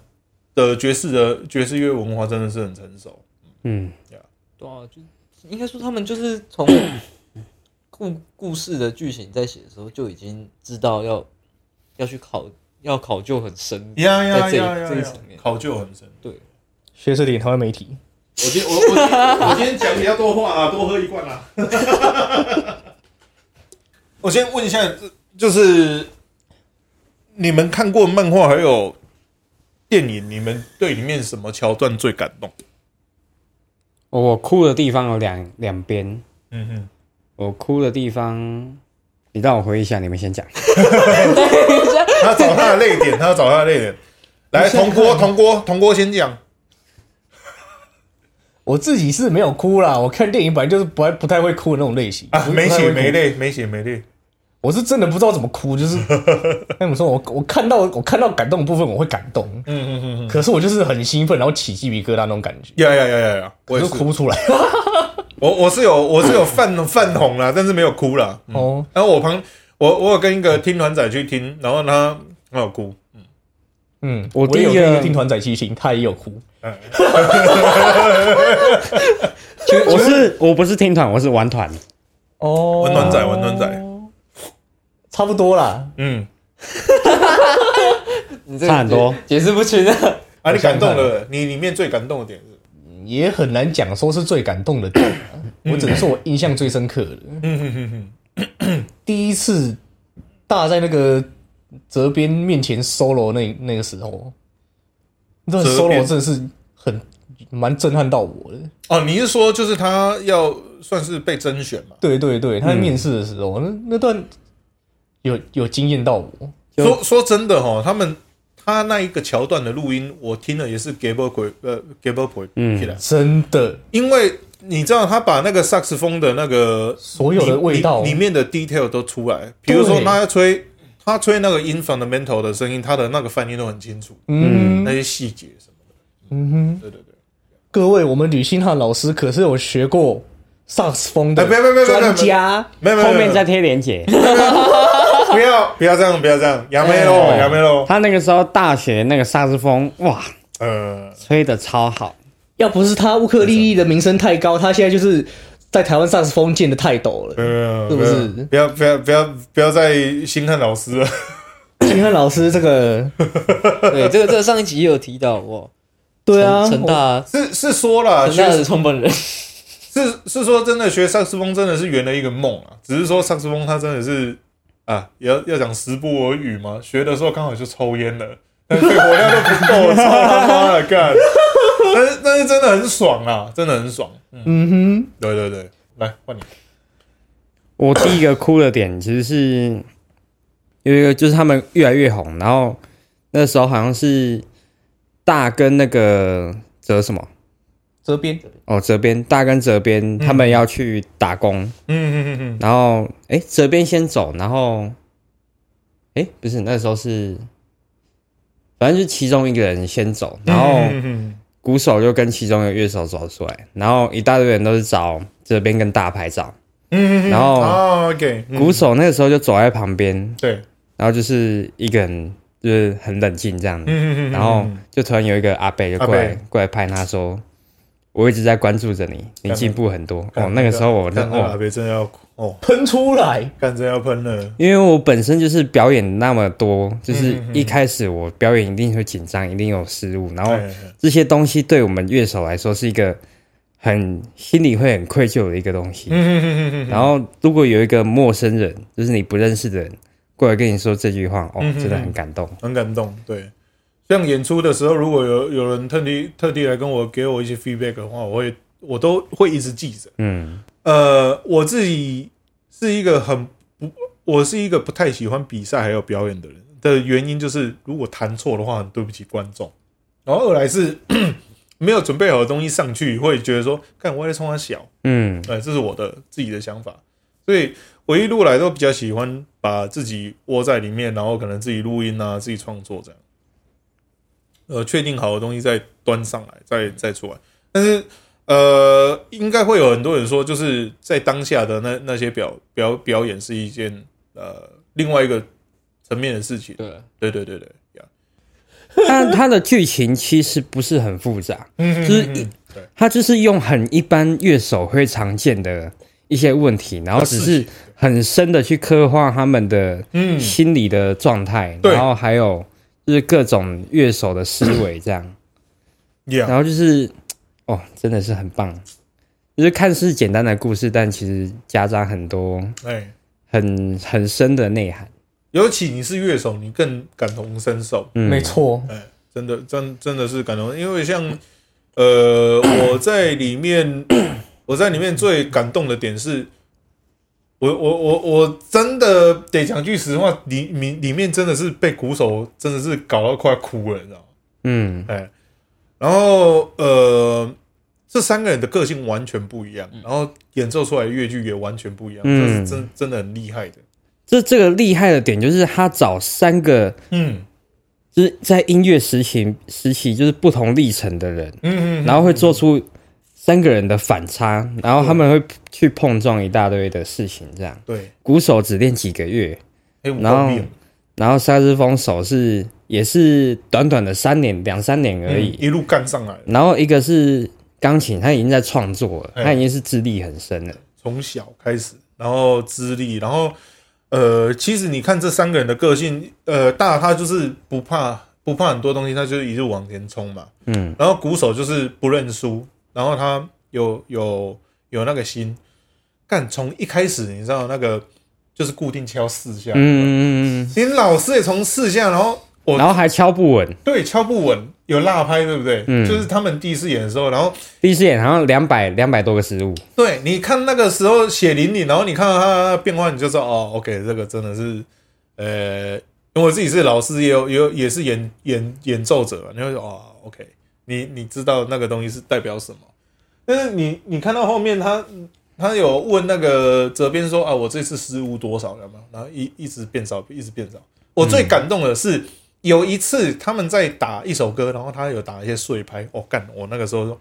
的爵士的爵士乐文化真的是很成熟。嗯，对啊，就应该说他们就是从 故故事的剧情在写的时候就已经知道要要去考要考究很深，呀呀在这一呀呀这一呀层面，考究很深。学这点台湾媒体，我今我我我今天讲比较多话啊，多喝一罐啦。 我先问一下，就是你们看过漫画还有电影，你们对里面什么桥段最感动？我我哭的地方有两两边，嗯哼，我哭的地方，你让我回忆一下，你们先 讲。他找他的泪点，他找他的泪点。 来，铜锅，铜锅，铜锅先讲。我自己是没有哭啦，我看电影本来就是不爱不太会哭的那种类型啊，没血没，不太会哭泪，没血没泪。我是真的不知道怎么 哭，就是那怎么说，我我看到我看到感动的部分我会感动，嗯嗯嗯嗯，可是我就是很兴奋，然后起鸡皮疙瘩那种感觉，呀呀呀呀呀！我我也，就是哭不出来。我我是有我是有泛泛红啦，但是没有哭啦。嗯哦，然后我旁我我有跟一个听团仔去听，然后他哦他有哭，嗯，我也有第一个跟一个听团仔去听，他也有哭。我是我不是听团，我是玩团。哦，玩团仔玩团仔，差不多啦。嗯，你这差很多，解释不清啊。啊，你感想看动了，你里面最感动的点是，也很难讲说是最感动的点啊、我只能说我印象最深刻的。第一次大在那个泽边面前 solo 那那个时候，那个泽 solo 边真的是很蛮震撼到我的。哦，你是说就是他要算是被甄选嘛？对对对，他在面试的时候，那那段有有惊艳到我。就说说真的哈，他们他那一个桥段的录音，我听了也是 g a b e r 鬼呃 g a b e r 鬼，嗯，真的，因为你知道他把那个萨克斯风的那个所有的味道里里面的 detail 都出来，比如说对他要吹他吹那个音 fundamental 的声音，他的那个泛音都很清楚，嗯那些细节什么的，嗯哼，对对对。各位，我们吕新汉老师可是有学过萨克斯风的哎别别别别别专啊家，没有没有，后没有面再贴连结。不要不要这样，不要这样，杨梅喽，哎杨梅喽，他那个时候大学那个萨克斯风，哇，呃，吹的超好。要不是他乌克丽丽的名声太高，他现在就是在台湾萨克斯风建的太陡了。呃，是不是不要不要不要不要再心看老师了，新汉老师这个， 对，这个这个上一集也有提到哇，对啊，成我大是是说了，成大学的创办人，是是说真的，学萨克斯风真的是圆了一个梦啊，只是说萨克斯风它真的是啊，要要讲时不我与嘛，学的时候刚好就抽烟了，但是肺活量都不够，操他妈的干！但是但是真的很爽啊，真的很爽。嗯，嗯对对对，来换你。我第一个哭的点其实是有一个，就是他们越来越红，然后那时候好像是大跟那个泽什么哼，这边哦，泽边大跟泽嗯边他们要去打工，嗯嗯嗯然后哎泽边先走，然后哎不是那时候是，反正就其中一个人先走，嗯，然后。嗯嗯鼓手就跟其中一个乐手走出来，然后一大堆人都是找这边跟大拍照，嗯嗯，然后啊，OK，嗯鼓手那个时候就走在旁边，对，然后就是一个人就是很冷静这样，嗯嗯嗯，然后哦就突然有一个阿贝就过阿来伯过来拍他说，我一直在关注着你，你进步很多哦。那个时候我嗯那看到阿哦，北真的要哭哦，喷出来，干真的要喷了，因为我本身就是表演那么多，就是嗯嗯嗯一开始我表演一定会紧张，一定有失误，然后哎这些东西对我们乐手来说是一个很心里会很愧疚的一个东西。嗯嗯嗯嗯嗯然后如果有一个陌生人，就是你不认识的人过来跟你说这句话，哦，嗯嗯真的很感动。很感动。对，像演出的时候，如果有有人特地特地来跟我给我一些 feedback 的话，我会我都会一直记着。嗯，呃，我自己是一个很不，我是一个不太喜欢比赛还有表演的人的原因，就是如果弹错的话，很对不起观众。然后二来是 没有准备好的东西上去，会觉得说，看我在冲他小，嗯，呃，这是我的自己的想法。所以我一路来都比较喜欢把自己窝在里面，然后可能自己录音啊，自己创作这样。呃，确定好的东西再端上来，再再出来。但是呃，应该会有很多人说，就是在当下的那那些表表表演是一件呃另外一个层面的事情。 对，啊对对对对，呀但它的剧情其实不是很复杂，嗯就是嗯嗯对它就是用很一般乐手会常见的一些问题，然后只是很深的去刻画他们的嗯心理的状态，对然后还有就是各种乐手的思维这样。然呀，后就是，哦，真的是很棒。就是看似简单的故事，但其实夹杂很多哎，很很深的内涵。尤其你是乐手，你更感同身受。嗯，没。错，哎，真的真真的是感动，因为像呃，我在里面， 我在里面最感动的点是，我我我我真的得讲句实话，里里里面真的是被鼓手真的是搞到快哭了，你知道吗？嗯哎，然后呃，这三个人的个性完全不一样，然后演奏出来的乐句也完全不一样，这是嗯真真的很厉害的，这这个厉害的点就是他找三个嗯就是在音乐时期时期就是不同历程的人，嗯嗯，然后会做出三个人的反差，然后他们会去碰撞一大堆的事情。这样，对，鼓手只练几个月，哎，我然后变然后萨克斯风手是也是短短的三年两三年而已，嗯一路干上来了，然后一个是钢琴，他已经在创作了，嗯他已经是资历很深了。从小开始，然后资历，然后呃，其实你看这三个人的个性，呃，大他就是不怕不怕很多东西，他就是一路往前冲嘛。嗯，然后鼓手就是不认输，然后他有有有那个心，干从一开始你知道那个就是固定敲四下，嗯，连老师也从四下，然后我然后还敲不稳，对敲不稳，有落拍，对不对？嗯就是他们第一次演的时候，然后第一次演好像两百两百多个失误。对，你看那个时候血淋淋，然后你看到他的变化，你就知道哦，OK，这个真的是，呃，因为我自己是老师，也有也有也是演演演奏者嘛，你会说哦，OK，你你知道那个东西是代表什么？但是你你看到后面他他有问那个责编说啊，我这次失误多少了嘛？然后一一直变少，一直变少。我最感动的是、有一次他们在打一首歌，然后他有打一些碎拍，哦，干，我那个时候说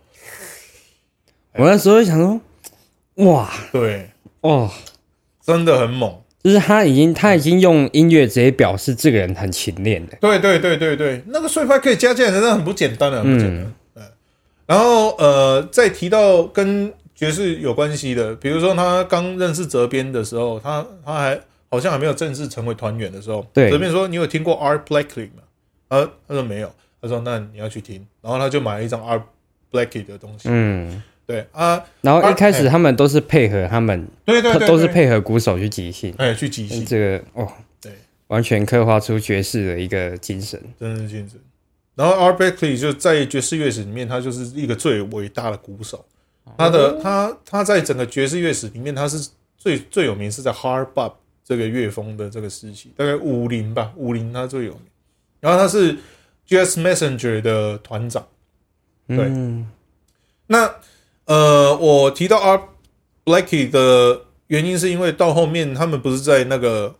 我那时候就想说，哇对，哦，真的很猛。就是他已经他已经用音乐直接表示这个人很勤练的。对对对对对，那个碎拍可以加进来，真的很不简单的，很不简单。嗯，然后呃，再提到跟爵士有关系的，比如说他刚认识泽边的时候，他他还好像还没有正式成为团员的时候，对泽边说：“你有听过 Art Blakey 吗？”他他说没有，他说：“那你要去听。”然后他就买了一张 Art Blakey 的东西，嗯，对啊，然后啊一开始哎他们都是配合他们，对对对，都是对配合鼓手去即兴。哎去即兴，这个哦，对，完全刻画出爵士的一个精神。真是精神。然后 R. Beckley 就在爵士乐史里面，他就是一个最伟大的鼓手。他的他他在整个爵士乐史里面，他是最最有名是在 Hard Bop 这个乐风的这个时期，大概五零吧，五零他最有名。然后他是 Jazz Messenger 的团长。对嗯，那呃，我提到 R. Blackie 的原因是因为到后面他们不是在那个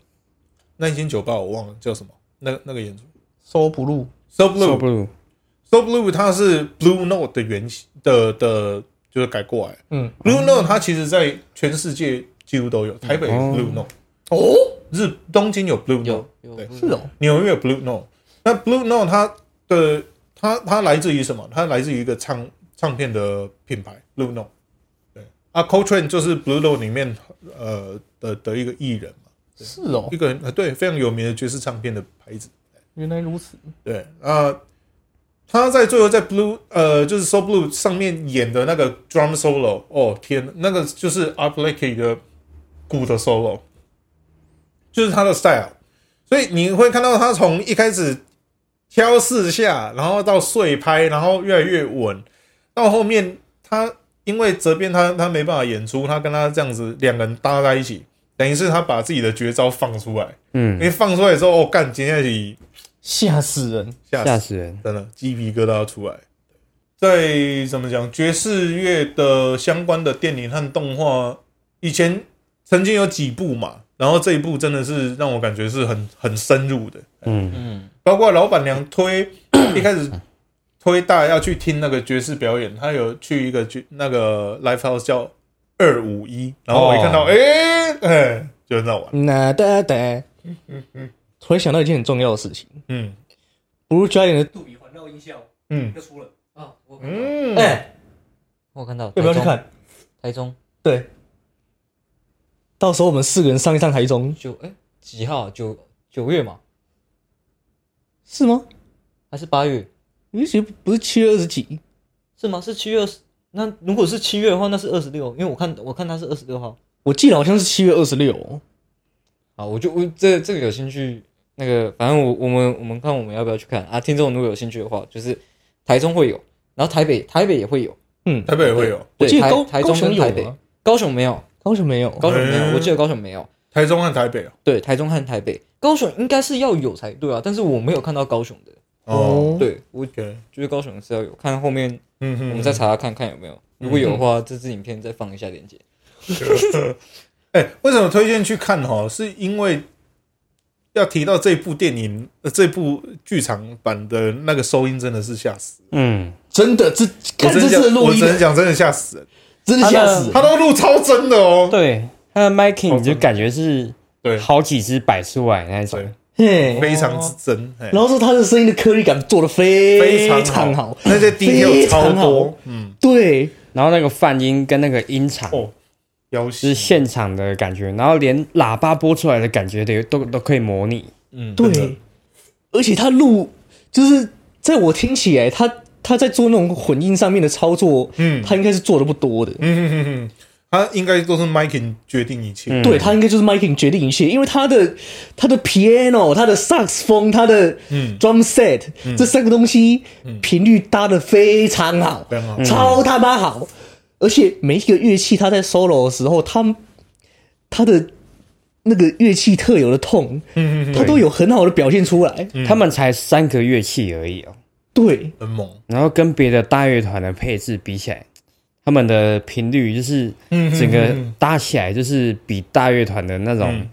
那一间酒吧，我忘了叫什么，那那个演出收不入， So Blue So Blue， So Blue 它是 Blue Note 的原型的的，就是改过来。嗯，Blue Note 它其实在全世界几乎都有，台北有哦 Blue Note，哦，日东京有 Blue Note，有有嗯对是是哦，纽约有 Blue Note。那 Blue Note 它的它它来自于什么？它来自于一个唱唱片的品牌 Blue Note。对，啊，Coltrane 就是 Blue Note 里面呃的的一个艺人嘛，是哦一，个很呃对非常有名的爵士唱片的牌子。原来如此。对啊、呃他在最后在 Blue 呃就是 So Blue 上面演的那个 drum solo，哦天，那个就是 a r p l a k e 的鼓的 solo，就是他的 style，所以你会看到他从一开始挑四下，然后到碎拍，然后越来越稳，到后面他因为责编他他没办法演出，他跟他这样子两个人搭在一起，等于是他把自己的绝招放出来，因嗯，为放出来之后，哦干，今天起吓死人！吓死吓死人。真的鸡皮疙瘩要出来。在怎么讲爵士乐的相关的电影和动画，以前曾经有几部嘛，然后这一部真的是让我感觉是很很深入的，嗯，嗯，包括老板娘推 一开始推 大家要去听那个爵士表演，她有去一个爵那个 live house 叫二五一，然后我一看到哦哎哎、就很好玩，那哒哒，突然想到一件很重要的事情嗯，Blue Giant 的杜比环绕音效嗯要出了，啊，我看到嗯，哎，我看到，要不要去台中？看？台中对，到时候我们四个人上一上台中，九哎几号？九九月嘛，是吗？还是八月？你其实不是七月二十几，是吗？是七月二十？那如果是七月的话，那是二十六，因为我看我看他是二十六号。我记得好像是七月二十六。好，我就我这这个有兴趣，那个反正我我们我们看我们要不要去看啊？听众如果有兴趣的话，就是台中会有，然后台北台北也会有，嗯，台北也会有，我对记得台高台高中雄跟有台北吗，高雄没有，啊高雄没有。高雄没有，嗯我记得高雄没有，台中和台北啊对，台中和台北，高雄应该是要有才对啊，但是我没有看到高雄的，哦哦，对我，OK，觉得高雄是要有，看后面嗯哼，我们再查查看看有没有，如果有的话，这支影片再放一下链接。哎、为什么推荐去看哈？是因为要提到这部电影、呃、这部剧场版的那个收音真的是吓死，嗯，真的，这我看只能这次讲的，录我音只，能讲真的吓死人，真的吓死人。他都录超真的哦。对，他的 making 哦就感觉是对好几只摆出来那种对。嘿，非常之真，哎然后说他的声音的颗粒感做的哦非非常常好好，，那些 detail 非超常好多，嗯，对，然后那个泛音跟那个音场，哦要就是戏现场的感觉，然后连喇叭播出来的感觉得都都可以模拟。嗯，真的对，而且他录就是在我听起来，他他在做那种混音上面的操作，嗯他应该是做的不多的，嗯嗯嗯，他应该都是 Mike 决定一切，嗯对他应该就是 Miking 决定一切，因为他的他的 piano、他的萨克斯风、他的嗯 drum set、这三个东西频率搭的非常好，嗯非常好超他妈好，而且每一个乐器他在 solo 的时候，他他的那个乐器特有的痛，嗯嗯嗯，他都有很好的表现出来，嗯他们才三个乐器而已哦，对。很猛，然后跟别的大乐团的配置比起来，他们的频率就是嗯整个搭起来就是比大乐团的那种嗯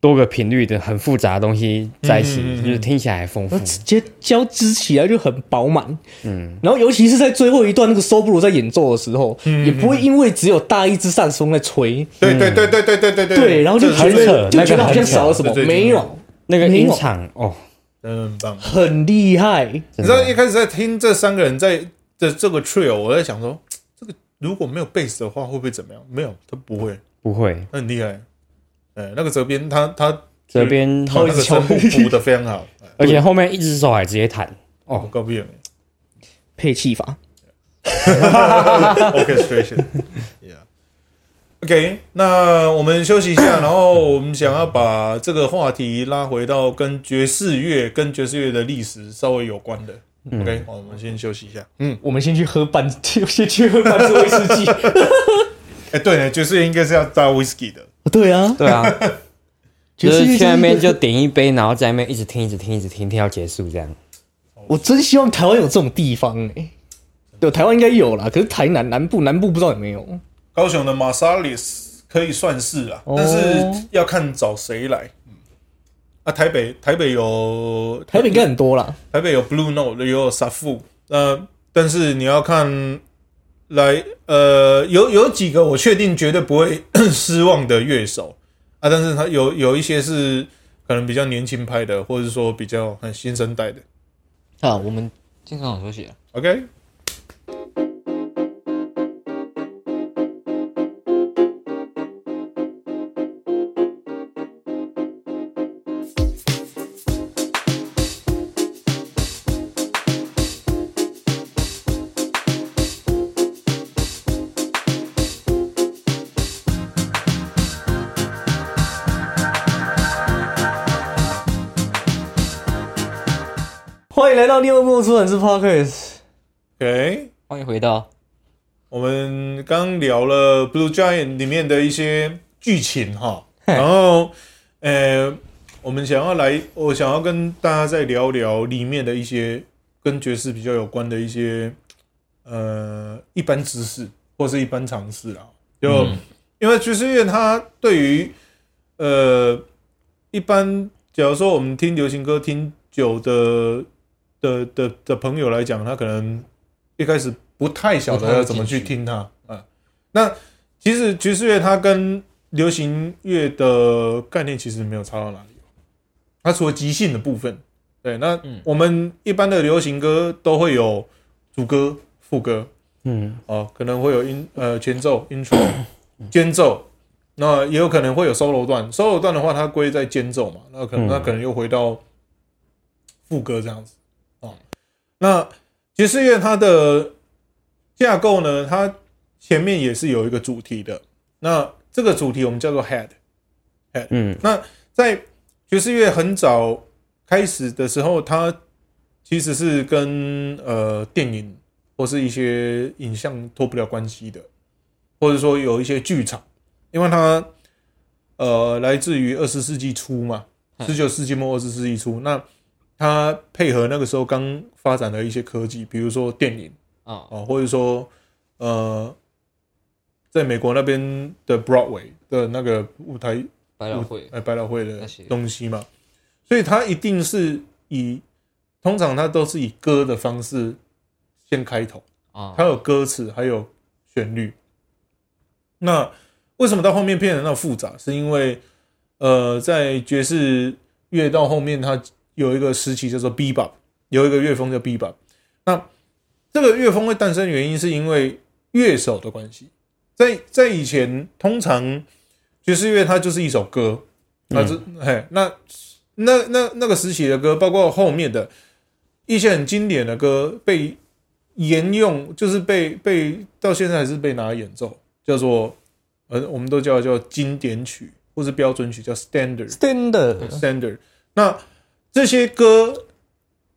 多个频率的很复杂的东西在一起，嗯嗯嗯嗯就是听起来丰富那。直接交织起来就很饱满。嗯，然后尤其是在最后一段那个收布鲁在演奏的时候，嗯也不会因为只有大一只萨克斯风在吹，对对对对对对对对对，然后就这觉这得很就扯觉那得个好像少了什么很，扯没有，那个没音有场哦，真嗯的很棒。很厉害。你你知道一开始在听这三个人在的这个 trio，我在想说，这个如果没有贝斯的话，会不会怎么样？没有，他不会，不会，他很厉害。哎，那个泽边他他这 边他那个声部补的非常好，哎而且后面一只手还直接弹 我哦，告诉你，配器法， orchestration。Yeah. OK，那我们休息一下，然后我们想要把这个话题拉回到跟爵士乐、跟爵士乐的历史稍微有关的。OK，好，我们先休息一下。我们先去喝半，先去喝半支威士忌。哎、对呢，爵士乐应该是要搭 whisky 的。 对啊，对 啊，爵就士乐是去是那一边个就点一杯，然后在那边一直听，一直听，一直听，听到结束这样。我真希望台湾有这种地方哎、欸。对，台湾应该有啦，可是台南南部南部不知道有没有。高雄的 Marsalis 可以算是啊，哦但是要看找谁来。嗯啊，台北台北有台北应该很多啦，台北有 Blue Note，也有 Safu，呃，但是你要看来，呃，有有几个我确定绝对不会 失望的乐手啊，但是他有有一些是可能比较年轻派的，或者说比较很新生代的。啊，我们经常休息啊了。 OK，欢迎来到六二莫出版之 Podcast。 OK，欢迎回到我们刚聊了《Blue Giant》里面的一些剧情哈，然后呃，我们想要来，我想要跟大家再聊聊里面的一些跟爵士比较有关的一些呃一般知识或是一般常识啦。就、因为爵士乐它对于呃一般，假如说我们听流行歌听久的的的的朋友来讲，他可能一开始不太晓得要怎么去听它。嗯，那其实爵士乐它跟流行乐的概念其实没有差到哪里，哦它除了即兴的部分，对，那嗯我们一般的流行歌都会有主歌、副歌，嗯，哦，可能会有音呃前奏 intro 间奏，那也有可能会有 solo 段。solo 段的话，它归在间奏嘛，那可能嗯它可能又回到副歌这样子哦。那爵士乐它的架构呢，它前面也是有一个主题的，那这个主题我们叫做 head。嗯，在爵士乐很早开始的时候，它其实是跟呃电影或是一些影像脱不了关系的，或者说有一些剧场，因为它呃来自于二十世纪初嘛，十九世纪末二十世纪初，那它配合那个时候刚发展的一些科技，比如说电影啊，啊，或者说呃。在美国那边的 Broadway 的那个舞台百老汇哎百老汇的那些东西嘛，所以它一定是以通常它都是以歌的方式先开头，啊它，有歌词，还有旋律。那为什么到后面变得那么复杂？是因为呃，在爵士乐到后面，它有一个时期叫做 bebop，有一个乐风叫 bebop。那这个乐风会诞生的原因是因为乐手的关系。在在以前，通常爵士乐它就是一首歌，那这、嘿，那那那那个时期的歌，包括后面的一些很经典的歌被沿用，就是被被到现在还是被拿来演奏，叫做呃，我们都叫叫经典曲或是标准曲，叫 standard。 Standard， standard。那这些歌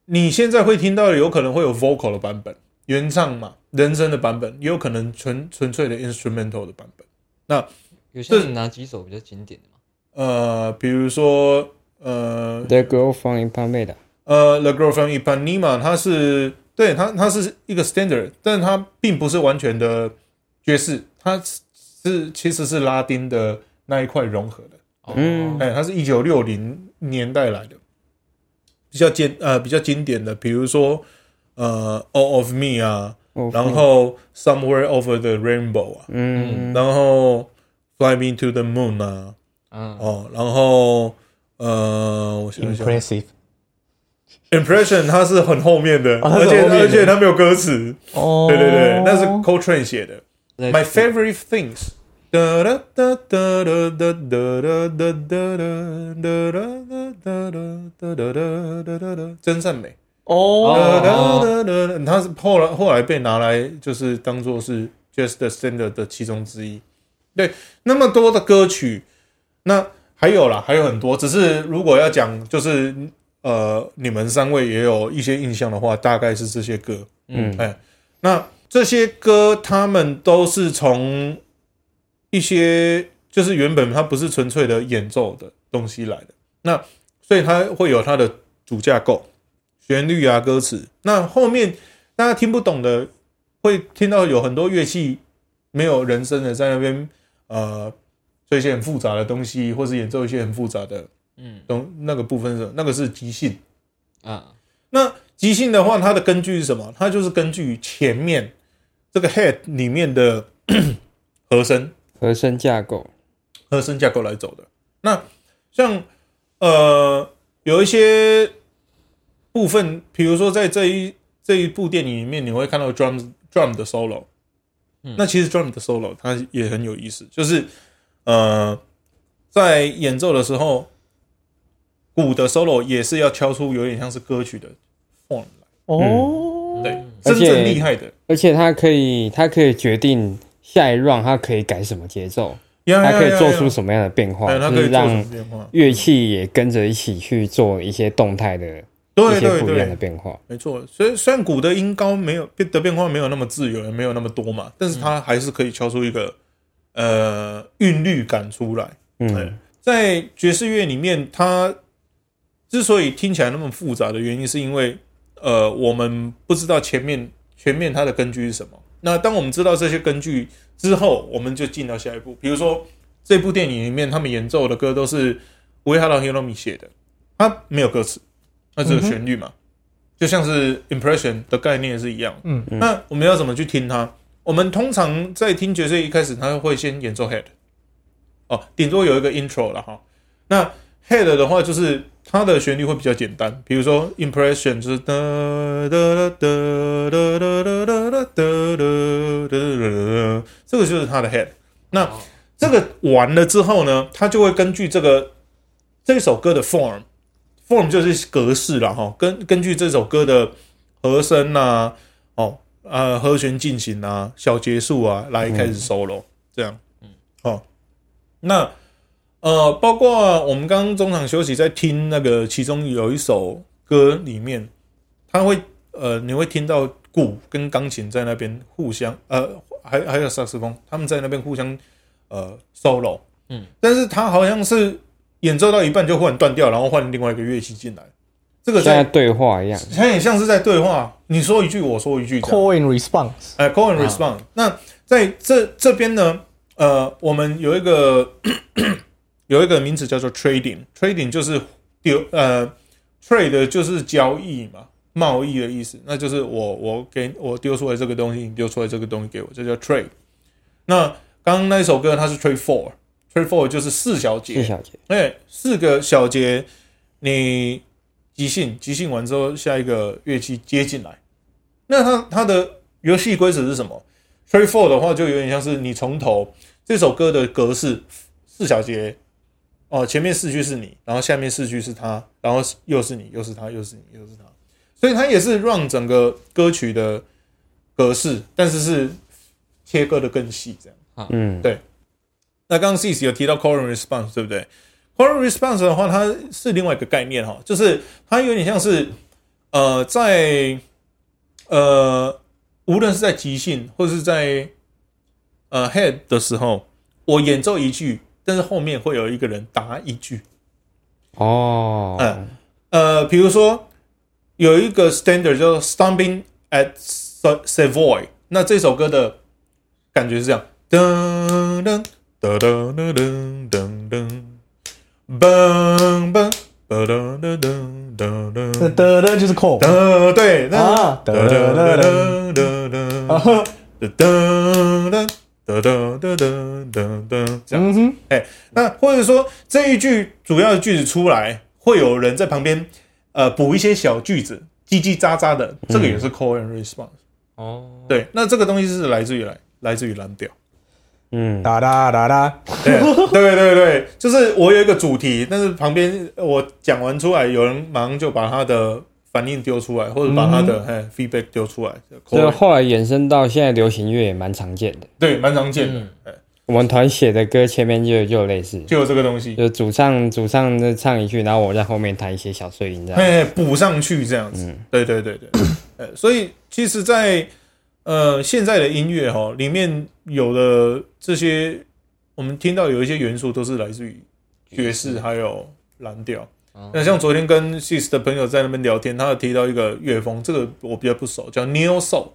你现在会听到的，有可能会有 vocal 的版本，原唱嘛，人声的版本，也有可能纯纯粹的 instrumental 的版本。有些人拿几首比较经典的嘛，呃，比如说呃 The Girl from Ipanema，呃，The Girl from Ipanema，它是对它它是一个 standard，但它并不是完全的爵士，它是是其实是拉丁的那一块融合的。哦嗯哎，它是一九六零年代来的，比较经呃比较经典的，比如说呃《All of Me》啊，然后《Somewhere Over the Rainbow》啊，嗯，然后《Fly Me to the Moon》啊，嗯，哦，然后呃，我想一想，《 impressive。 Impression》它是很后面的，啊它而是且后面的而且它没有歌词，哦，对对对，那是 Coltrane 写的。对 My favorite things。哒哒哒哒哒哒哒哒哒哒哒哒哒哒哒哒哒哒哒哒，真善美。哦，呃它是后来后来被拿来就是当做是 Just the Standard 的其中之一。对，那么多的歌曲，那还有啦，还有很多。只是如果要讲，就是呃，你们三位也有一些印象的话，大概是这些歌。嗯哎，那这些歌他们都是从一些就是原本它不是纯粹的演奏的东西来的，那所以它会有它的主架构、旋律啊、歌词。那后面大家听不懂的，会听到有很多乐器没有人声的在那边呃做一些很复杂的东西，或是演奏一些很复杂的嗯东那个部分是那个是即兴。啊，那即兴的话，它的根据是什么？它就是根据前面这个 head 里面的 和声和声架构，和声架构来走的。那像呃有一些部分，比如说在这一这一部电影里面，你会看到 drum drum 的 solo。嗯那其实 drum 的 solo 它也很有意思，就是呃在演奏的时候，鼓的 solo 也是要敲出有点像是歌曲的 form 哦，对，而真且正厉害的，而且它可以，它可以决定下一 round 它可以改什么节奏，呀它可以呀呀做呀出什么样的变化，对，哎它就可以是做什么让变化？乐器也跟着一起去做一些动态的、对一些对不一样对，的变化。没错。所以虽然鼓的音高没有变的变化没有那么自由，也没有那么多嘛，但是它还是可以敲出一个、呃韵律感出来。对嗯，哎在爵士乐里面，它之所以听起来那么复杂的原因，是因为呃，我们不知道前面前面它的根据是什么。那当我们知道这些根据之后，我们就进到下一步。比如说这部电影里面，他们演奏的歌都是维哈拉希罗米写的，它没有歌词，它只有旋律嘛，就像是 impression 的概念是一样。嗯，那我们要怎么去听它？我们通常在听爵士乐一开始，它会先演奏 head。哦，顶多有一个 intro 了哈。那 head 的话，就是它的旋律会比较简单，比如说 impression 就是哒哒哒哒哒哒哒哒哒哒哒，这个就是它的 head。那这个完了之后呢，它就会根据这个这首歌的 form。form 就是格式了哈，根根据这首歌的和声呐、哦，呃，和弦进行啊，小结束啊，来开始 solo、这样，嗯，哦，那呃，包括我们刚刚中场休息在听那个，其中有一首歌里面，它会呃，你会听到鼓跟钢琴在那边互相呃，还还有萨克斯风，他们在那边互相呃 solo，嗯，但是它好像是演奏到一半就忽然断掉，然后换另外一个乐器进来，这个像在在对话一样，它也像是在对话，你说一句我说一句这样。 call and response，哎，call and respond。那在这这边呢，呃，我们有一个 有一个名词叫做 trading，trading 就是丢呃 trade 就是交易嘛，贸易的意思。那就是我我给我丢出来这个东西，你丢出来这个东西给我，这叫 trade。那刚刚那一首歌它是 trade four，trade four 就是四小节，是小节。哎，四个小节，你即兴，即兴完之后，下一个乐器接进来。那它它的游戏规则是什么 t r e e four 的话，就有点像是你从头这首歌的格式四小节，哦，前面四句是你，然后下面四句是他，然后又是你，又是他，又是你，又是他，所以它也是让整个歌曲的格式，但是是切割的更细这样。嗯，那刚刚 c i s 有提到 call and response，对不对？call and response 的话，它是另外一个概念哈，就是它有点像是呃，在呃，无论是在即兴或是在呃 head 的时候，我演奏一句，但是后面会有一个人答一句，哦，嗯呃，比如说有一个 standard 叫做 Stomping at Sa- Savoy，那这首歌的感觉是这样，噔噔噔噔噔噔噔噔，嘣嘣，噔噔噔噔噔那噔，的的就是 call 噔对，那啊，噔的的噔的的，噔噔噔啊呵噔噔噔噔噔噔噔噔，这样。嗯哼，那或者说这一句主要的句子出来，会有人在旁边呃补一些小句子，叽叽喳喳的，这个也是 call and response。哦，对，那这个东西是来自于来来自于蓝调。 嗯，哒哒哒哒，对对对对，就是我有一个主题，但是旁边我讲完出来，有人马上就把他的反应丢出来，或者把他的嘿 feedback 丢出来，口这味后来衍生到现在流行乐也蛮常见的。对蛮常见的，哎我们团写的歌前面就就有类似，就有这个东西，就主唱主唱就唱一句，然后我在后面弹一些小碎音这样。嘿，补上去这样子。对对对对， 呃，所以其实在，呃现在的音乐哈、里面有的这些，我们听到有一些元素都是来自于爵士还有蓝调。嗯那像昨天跟 Sis 的朋友在那边聊天，他有提到一个乐风，这个我比较不熟，叫 Neo Soul。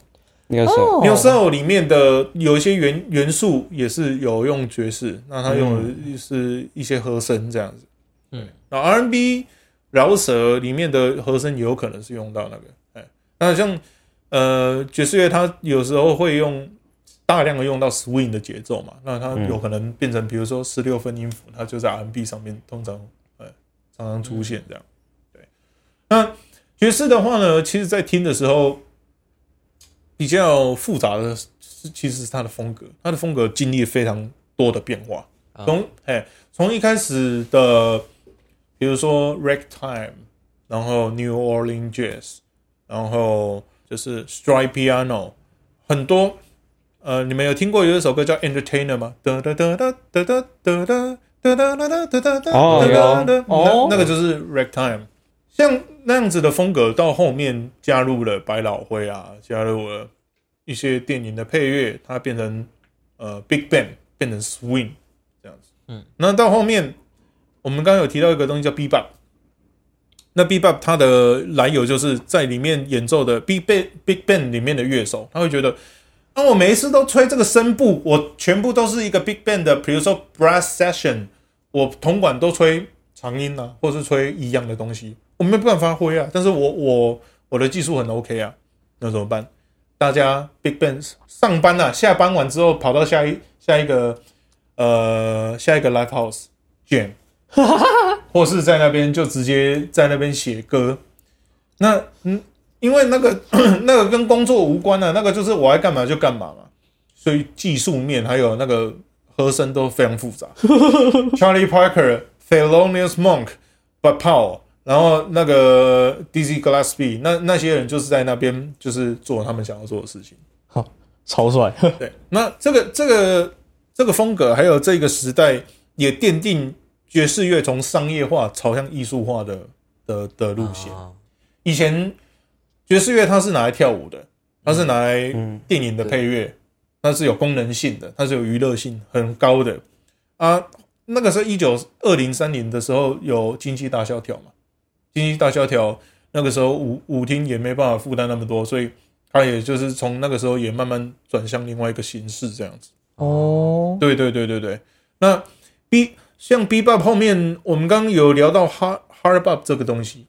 那个时哦候， Neo Soul 里面的有一些元元素也是有用爵士，那他用的是一些和声这样子。嗯，然后 R&B 饶舌里面的和声也有可能是用到那个，哎，那像呃爵士乐，它有时候会用大量的用到 swing 的节奏嘛，那它有可能变成比如说十六分音符，它就在 R&B 上面通常哎常常出现这样。对，那爵士的话呢，其实在听的时候。比较复杂的是，其实是他的风格，他的风格经历非常多的变化。嗯从哎，从一开始的，比如说 ragtime，然后 New Orleans Jazz，然后就是 stride piano，很多。呃，你们有听过有一首歌叫 Entertainer 吗？哒哒哒哒哒哒哒哒哒哒哒哒哒哒哒。哦有那那个就是 ragtime。像那样子的风格，到后面加入了百老汇啊，加入了一些电影的配乐，它变成呃 big band，变成 swing 这样子。嗯，那到后面我们刚刚有提到一个东西叫 bebop，那 bebop 它的来由就是在里面演奏的 big band big band 里面的乐手，他会觉得。啊，我每一次都吹这个声部，我全部都是一个 big band 的，比如说 brass section，我铜管都吹长音啊，或是吹一样的东西，我没有办法发挥啊。但是我我我的技术很 OK 啊，那怎么办？大家 Big Band 上班啊，下班完之后跑到下一下一个呃下一个 Live House jam，或是在那边就直接在那边写歌。那嗯，因为那个 那个跟工作无关啊，那个就是我爱干嘛就干嘛嘛，所以技术面还有那个和声都非常复杂。Charlie Parker、Thelonious Monk、But Powell，然后那个 Dizzy Gillespie，那那些人就是在那边就是做他们想要做的事情。超帅，对，那这个这个这个风格，还有这个时代，也奠定爵士乐从商业化朝向艺术化的的的路线。啊以前爵士乐它是拿来跳舞的，它是拿来电影的配乐，它是有功能性的，它是有娱乐性很高的啊。那个时候一九二零三零的时候有经济大萧条嘛，经济大萧条那个时候舞舞厅也没办法负担那么多，所以它也就是从那个时候也慢慢转向另外一个形式这样子。哦，对对对对对。那 B 像 B b o p 后面，我们刚刚有聊到 hard hard bop 这个东西，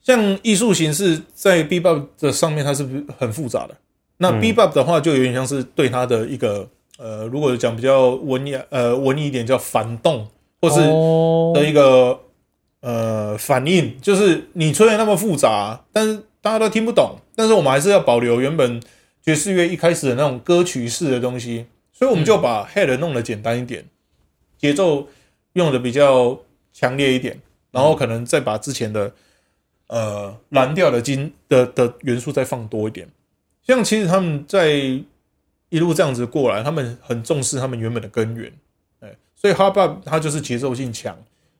像艺术形式在 B b o p 的上面，它是不是很复杂的？那 B b o p 的话，就有点像是对它的一个呃，如果讲比较文雅呃文艺一点，叫反动或是哦，的一个呃反应，就是你吹的那么复杂，但是大家都听不懂，但是我们还是要保留原本爵士乐一开始的那种歌曲式的东西，所以我们就把 head 弄得简单一点，节奏用的比较强烈一点，然后可能再把之前的呃蓝调的金的的元素再放多一点，像其实他们在一路这样子过来，他们很重视他们原本的根源，哎，所以 hard bop 它就是节奏性强，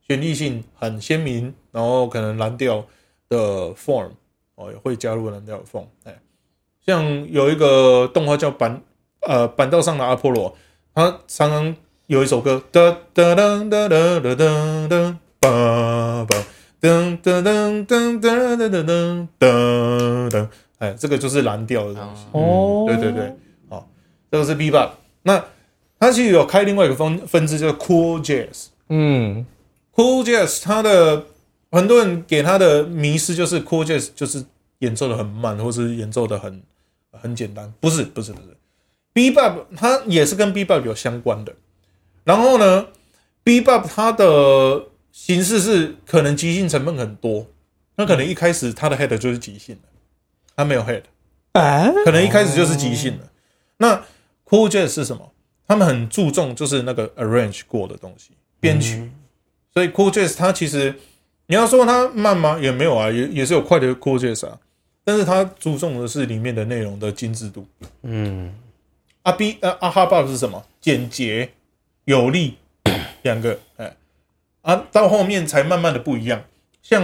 旋律性很鲜明，然后可能蓝调的 form 哦也会加入蓝调的 form，哎，像有一个动画叫板呃板道上的阿波罗，他常常有一首歌哒哒哒哒哒哒哒哒吧吧噔噔噔噔噔噔噔噔噔噔，哎，这个就是蓝调的东西。哦，对对对，好、这个是 B-Bop。那它其实有开另外一个分分支叫 Cool Jazz。嗯， Cool Jazz 它的很多人给它的迷失就是 Cool Jazz 就是演奏的很慢，或是演奏的很很简单，不是不是不是。B-Bop 它也是跟 B-Bop 有相关的。然后呢，B-Bop 它的形式是可能即兴成分很多，那可能一开始它的 head 就是即兴的，它没有 head。啊，可能一开始就是即兴的。那 cool jazz 是什么？他们很注重就是那个 arrange 过的东西，编曲。所以 cool jazz 它其实你要说它慢吗？也没有啊，也也是有快的扩界啥，但是它注重的是里面的内容的精致度。嗯，阿 B 呃阿哈 Bob 是什么？简洁有力两个，哎啊，到后面才慢慢的不一样。像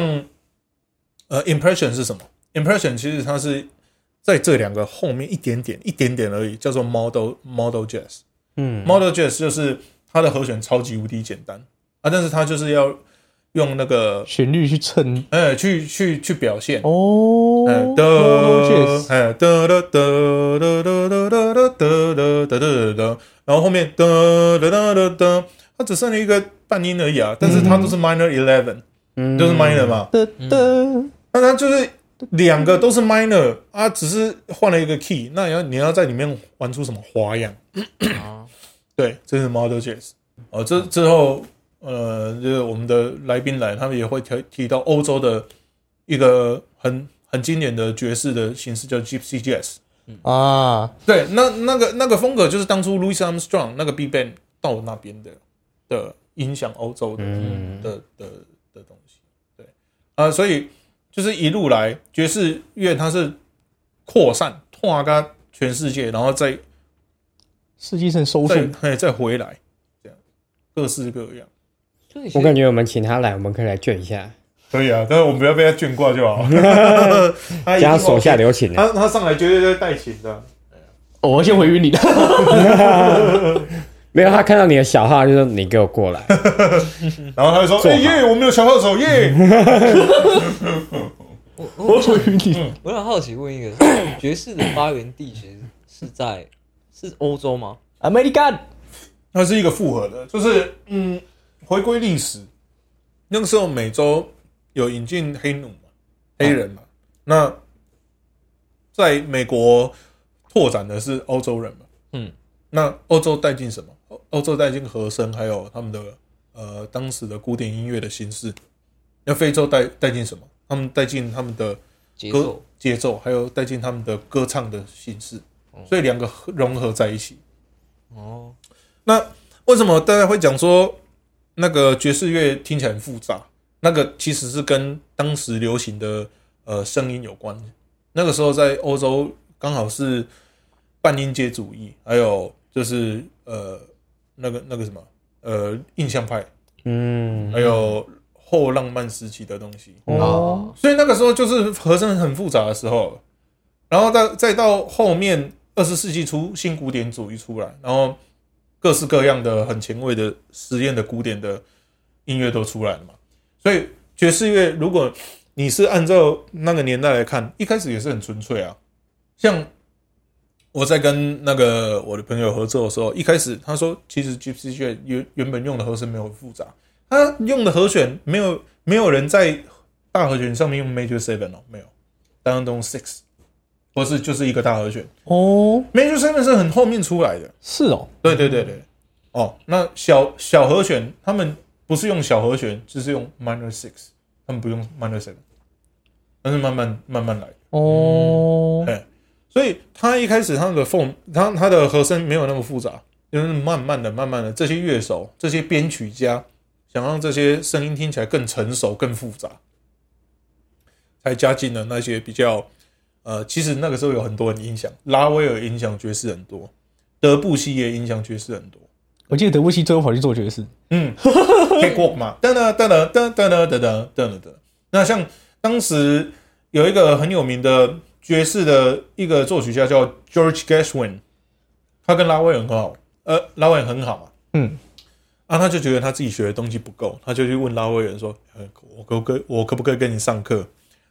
呃 Impression 是什么？Impression 其实它是在这两个后面一点点一点点而已，叫做 Model Model Jazz。嗯，Model Jazz 就是它的和弦超级无敌简单啊，但是它就是要用那个旋律去衬呃去去去表现。哦，哎的哦，哎的的的的的的的的的的的的，然后后面的的的的的，它只剩了一个半音而已啊，但是它都是 minor eleven，嗯就是 minor 嘛，的的那它就是两个都是 minor 啊，只是换了一个 key，那你要你要在里面玩出什么花样？啊， 对，这是 model jazz。哦，这之后，呃，就是我们的来宾来，他们也会提提到欧洲的一个很很经典的爵士的形式叫 Gypsy Jazz。啊，对，那那个那个风格就是当初 Louis Armstrong 那个 Big Band 到那边的的影响欧洲的、嗯的的的东西。对，啊、所以就是一路来爵士乐它是扩散，拓到全世界，然后再世界上收再讯嘿再回来，这样各式各样。我感觉我们请他来，我们可以来卷一下，可以啊，但是我们不要被他卷挂就好。 他一定加手下 OK，留情啊。他他上来绝对在带琴的。哦我要先回晕你的，嗯没有，他看到你的小号就说你给我过来，然后他就说：“做嗯哎好耶，我们有小号手耶！”我我我要先回晕嗯你的。我很好奇问一个，爵士的发源地其实是在是欧洲吗？ American，它是一个复合的，就是嗯，回归历史。那个时候美洲有引进黑奴嘛，黑人嘛，那在美国拓展的是欧洲人嘛，嗯，那欧洲带进什么？欧欧洲带进和声，还有他们的呃当时的古典音乐的形式。那非洲带带进什么？他们带进他们的节歌奏节奏，还有带进他们的歌唱的形式，所以两个合融合在一起。哦，那为什么大家会讲说那个爵士乐听起来很复杂？那个其实是跟当时流行的呃声音有关。那个时候在欧洲刚好是半音阶主义，还有就是呃那个那个什么呃印象派，嗯还有后浪漫时期的东西。哦，所以那个时候就是和声很复杂的时候，然后再再到后面二十世纪初新古典主义出来，然后各式各样的很前卫的实验的古典的音乐都出来了嘛。所以爵士乐，如果你是按照那个年代来看，一开始也是很纯粹啊。像我在跟那个我的朋友合作的时候，一开始他说，其实 Gypsy 乐原原本用的和声没有很复杂，他用的和弦没有没有人在大和弦上面用 major seven 哦，没有，当然都用 six，或是就是一个大和弦哦， ，major seven 是很后面出来的。是哦，对对对对，哦，那小小和弦他们不是用小和弦，就是用 minor six，他们不用 minor seven，但是慢慢慢慢来。哦，所以他一开始他的 form，他他的和声没有那么复杂，就是慢慢的、慢慢的，这些乐手、这些编曲家想让这些声音听起来更成熟、更复杂，才加进了那些比较呃，其实那个时候有很多人影响，拉威尔影响爵士很多，德布西也影响爵士很多。我记得德布西最后跑去做爵士，嗯，cakewalk 嘛，噔噔噔噔噔噔噔噔噔噔噔。那像当时有一个很有名的爵士的一个作曲家叫 George Gershwin，他跟拉威尔很好，呃，拉威尔很好嘛，嗯，啊，他就觉得他自己学的东西不够，他就去问拉威尔说，呃，我可不可以我可不可以跟你上课？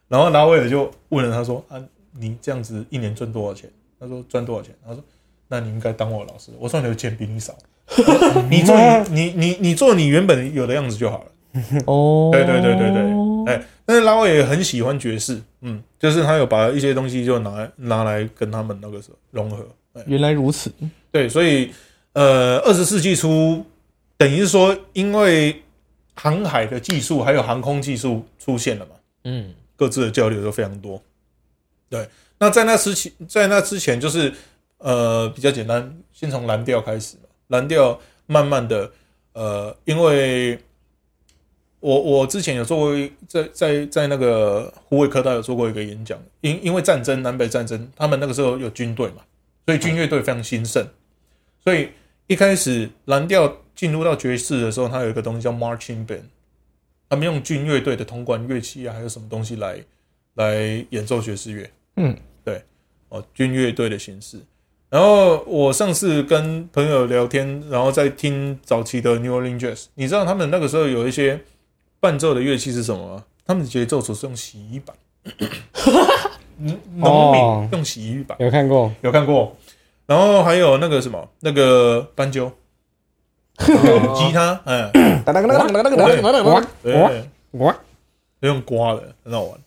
然后拉威尔就问了他说，啊，你这样子一年赚多少钱？他说赚多少钱？他说，那你应该当我的老师，我赚的钱比你少。你做你 你你你做你原本有的样子就好了。哦，对对对对对，哎，但是拉威也很喜欢爵士，嗯，就是他有把一些东西就拿来拿来跟他们那个时候融合，哎，原来如此，对，所以呃，二十世纪初，等于是说，因为航海的技术还有航空技术出现了嘛，嗯，各自的交流都非常多。对，那在那时期，在那之前就是呃比较简单，先从蓝调开始嘛，蓝调慢慢的呃，因为我我之前有做过一在在在那个湖北科大有做过一个演讲，因因为战争南北战争，他们那个时候有军队嘛，所以军乐队非常兴盛，所以一开始蓝调进入到爵士的时候，它有一个东西叫 marching band，他们用军乐队的铜管乐器啊，还有什么东西来来演奏爵士乐，嗯，对，哦，军乐队的形式。然后我上次跟朋友聊天，然后在听早期的 New Orleans Jazz，你知道他们那个时候有一些伴奏的乐器是什么吗？他们的节奏组是用洗衣板，农农哦民用洗衣板。有看过？有看过。然后还有那个什么，那个斑鸠，吉他，嗯，对，哇，用刮的，很好玩。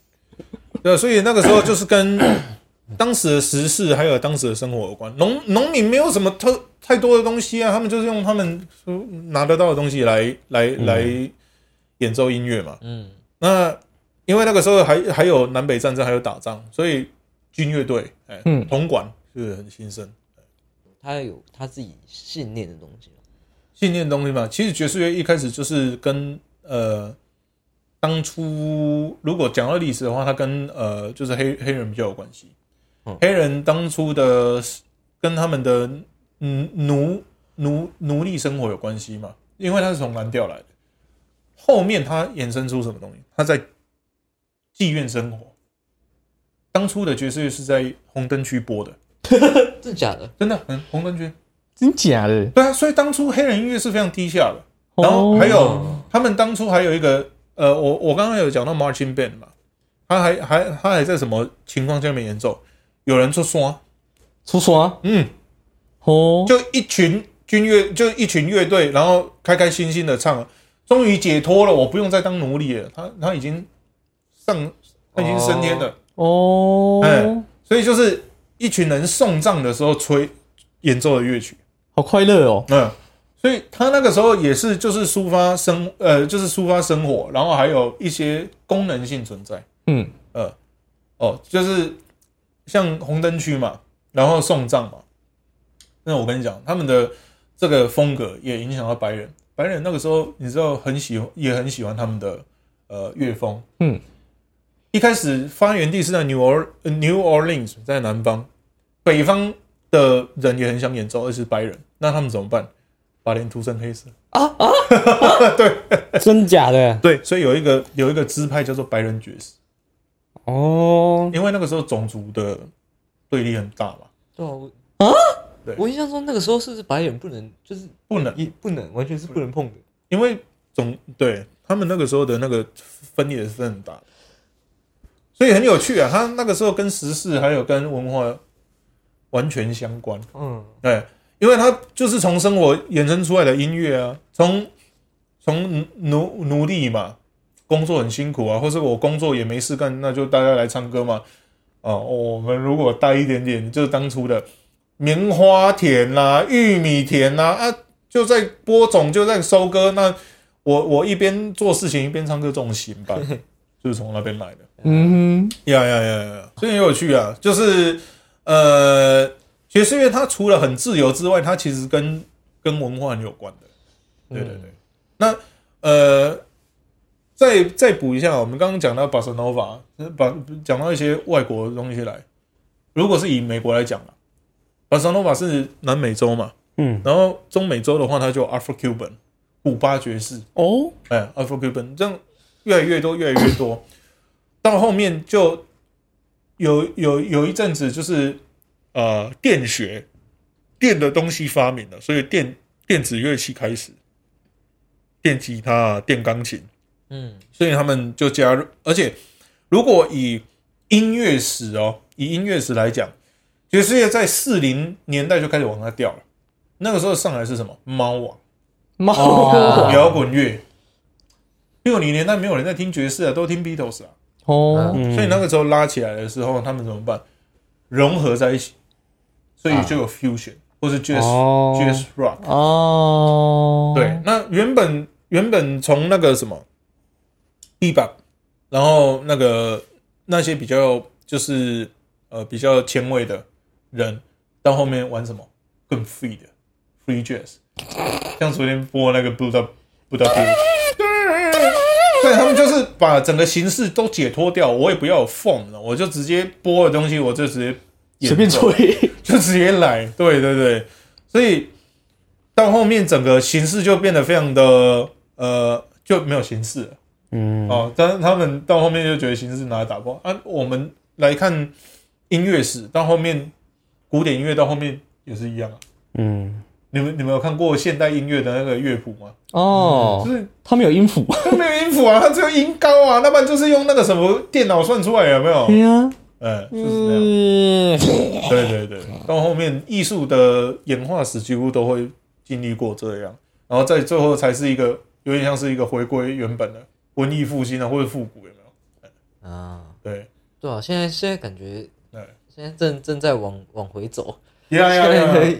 对，所以那个时候就是跟 当时的时事还有当时的生活有关。农农民没有什么特太多的东西啊，他们就是用他们拿得到的东西来来来演奏音乐嘛。嗯，那因为那个时候还还有南北战争，还有打仗，所以军乐队，哎，嗯铜管是很兴盛。他有他自己信念的东西嘛信念的东西嘛。其实爵士乐一开始就是跟呃，当初如果讲到历史的话，它跟呃就是黑黑人比较有关系。嗯黑人当初的跟他们的嗯奴奴奴隶生活有关系嘛，因为他是从蓝调来的。后面他衍生出什么东西？他在妓院生活。当初的爵士乐是在红灯区播的，真的假的？真的，嗯，红灯区。真假的？对啊，所以当初黑人音乐是非常低下的。哦然后还有、他们当初还有一个呃，我我刚刚有讲到 marching band 嘛，他还还他还在什么情况下面演奏？有人出刷，出刷嗯，哦，就一群军乐，就一群乐队，然后开开心心的唱，啊终于解脱了，我不用再当奴隶了。他他已经上，他已经升天了，哎哦，所以就是一群人送葬的时候吹演奏的乐曲。好快乐哦，嗯，所以他那个时候也是就是抒发生呃，就是抒发生活，然后还有一些功能性存在。嗯，呃，哦，就是像红灯区嘛，然后送葬嘛。那我跟你讲，他们的这个风格也影响到白人。白人那个时候，你知道很喜欢，也很喜欢他们的呃乐风。嗯，一开始发源地是在 New Or 呃 New Orleans，在南方，北方的人也很想演奏，而是白人。那他们怎么办？把脸涂成黑色。真假的？对，所以有一个有一个支派叫做白人爵士，哦，因为那个时候种族的对立很大嘛，对啊，我对我印象中那个时候是不是白人不能，就是不能也不能，完全是不能碰的。因为总对他们那个时候的那个分裂是很大的，所以很有趣啊。他那个时候跟时事还有跟文化完全相关，嗯，对，因为他就是从生活衍生出来的音乐啊，从从奴奴隶嘛，工作很辛苦啊，或者我工作也没事干，那就大家来唱歌嘛。哦，我们如果带一点点，就是当初的棉花田啦、玉米田啦啊，就在播种，就在收割。那我我一边做事情一边唱歌，这种行吧，就是从那边来的。嗯哼，呀呀呀呀，这很有趣啊！就是呃，爵士乐它除了很自由之外，它其实跟跟文化很有关的。对对对，那呃，再再补一下，我们刚刚讲到 bossa nova，把讲到一些外国的东西来。如果是以美国来讲啊，bossa nova 是南美洲嘛，嗯，然后中美洲的话，它就 Afro Cuban，古巴爵士，哦，哎，Afro Cuban 这样越来越多，越来越多，到后面就有有有一阵子就是呃电学电的东西发明了，所以电电子乐器开始，电吉他、啊、电钢琴，嗯，所以他们就加入。而且如果以音乐史哦，以音乐史来讲，爵士乐在四零年代就开始往下掉了。那个时候上来是什么？猫王。猫哦摇滚乐。六零年代没有人在听爵士啊，都听 Beatles 啊，哦，嗯所以那个时候拉起来的时候，他们怎么办？融合在一起，所以就有 fusion、或是 jazz、啊哦 jazz rock。哦，对，，那原本原本从那个什么，E bebop，然后那个那些比较就是呃比较前卫的人，到后面玩什么更 free 的 free jazz，像昨天播那个 Buddha Buddha Blue，对他们就是把整个形式都解脱掉，我也不要有 form 了，我就直接播的东西，我就直接演奏随便吹， 就直接来，对对对，所以到后面整个形式就变得非常的呃就没有形式了嗯，哦，但是他们到后面就觉得形式拿来打包啊。我们来看音乐史，到后面古典音乐到后面也是一样啊。嗯，你们你们有看过现代音乐的那个乐谱吗？哦就，是他们有音符，它没有音符啊，它只有音高啊，那不然就是用那个什么电脑算出来啊有没有？对呀，嗯，就是那样。嗯，对对对，到后面艺术的演化史几乎都会经历过这样，然后在最后才是一个有点像是一个回归原本的文艺复兴啊，或者复古有没有？啊，对，对啊，现在现在感觉对，啊现在正正在往往回走，呀 现呀在呀！的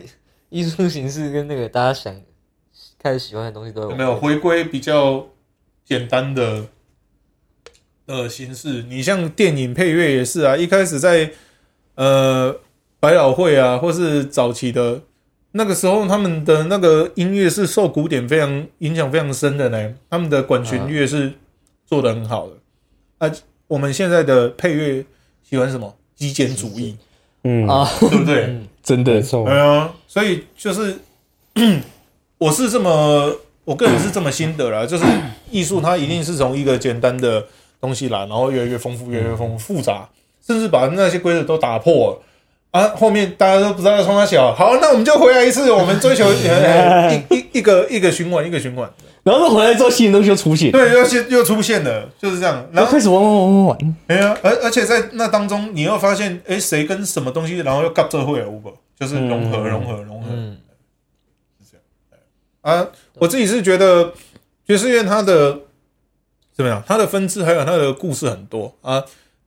艺术形式跟那个大家想开始喜欢的东西都有没有回归比较简单的呃形式。你像电影配乐也是啊，一开始在呃百老汇啊，或是早期的那个时候，他们的那个音乐是受古典非常影响非常深的呢。他们的管弦乐是做的很好的。啊，我们现在的配乐喜欢什么？极简主义，嗯哦啊 对不对？真的没，错哎，呀，所以就是 我是这么，我个人是这么心得啦，就是艺术它一定是从一个简单的东西来，然后越来越丰富，越来越丰富复杂，甚至把那些规则都打破了。啊，后面大家都不知道在冲他小，好，那我们就回来一次，我们追求呃一一一个一个循环，一个循环，然后回来之后新的东西就出现，对，又现又出现了，就是这样。然然后后开始玩玩玩玩玩，哎呀，而而且在那当中，你又发现，哎，谁跟什么东西，然后又搞这会有 Uber，就是融合、嗯融合、融合。嗯，啊，我自己是觉得爵士乐它的怎么样，它的分支还有它的故事很多啊。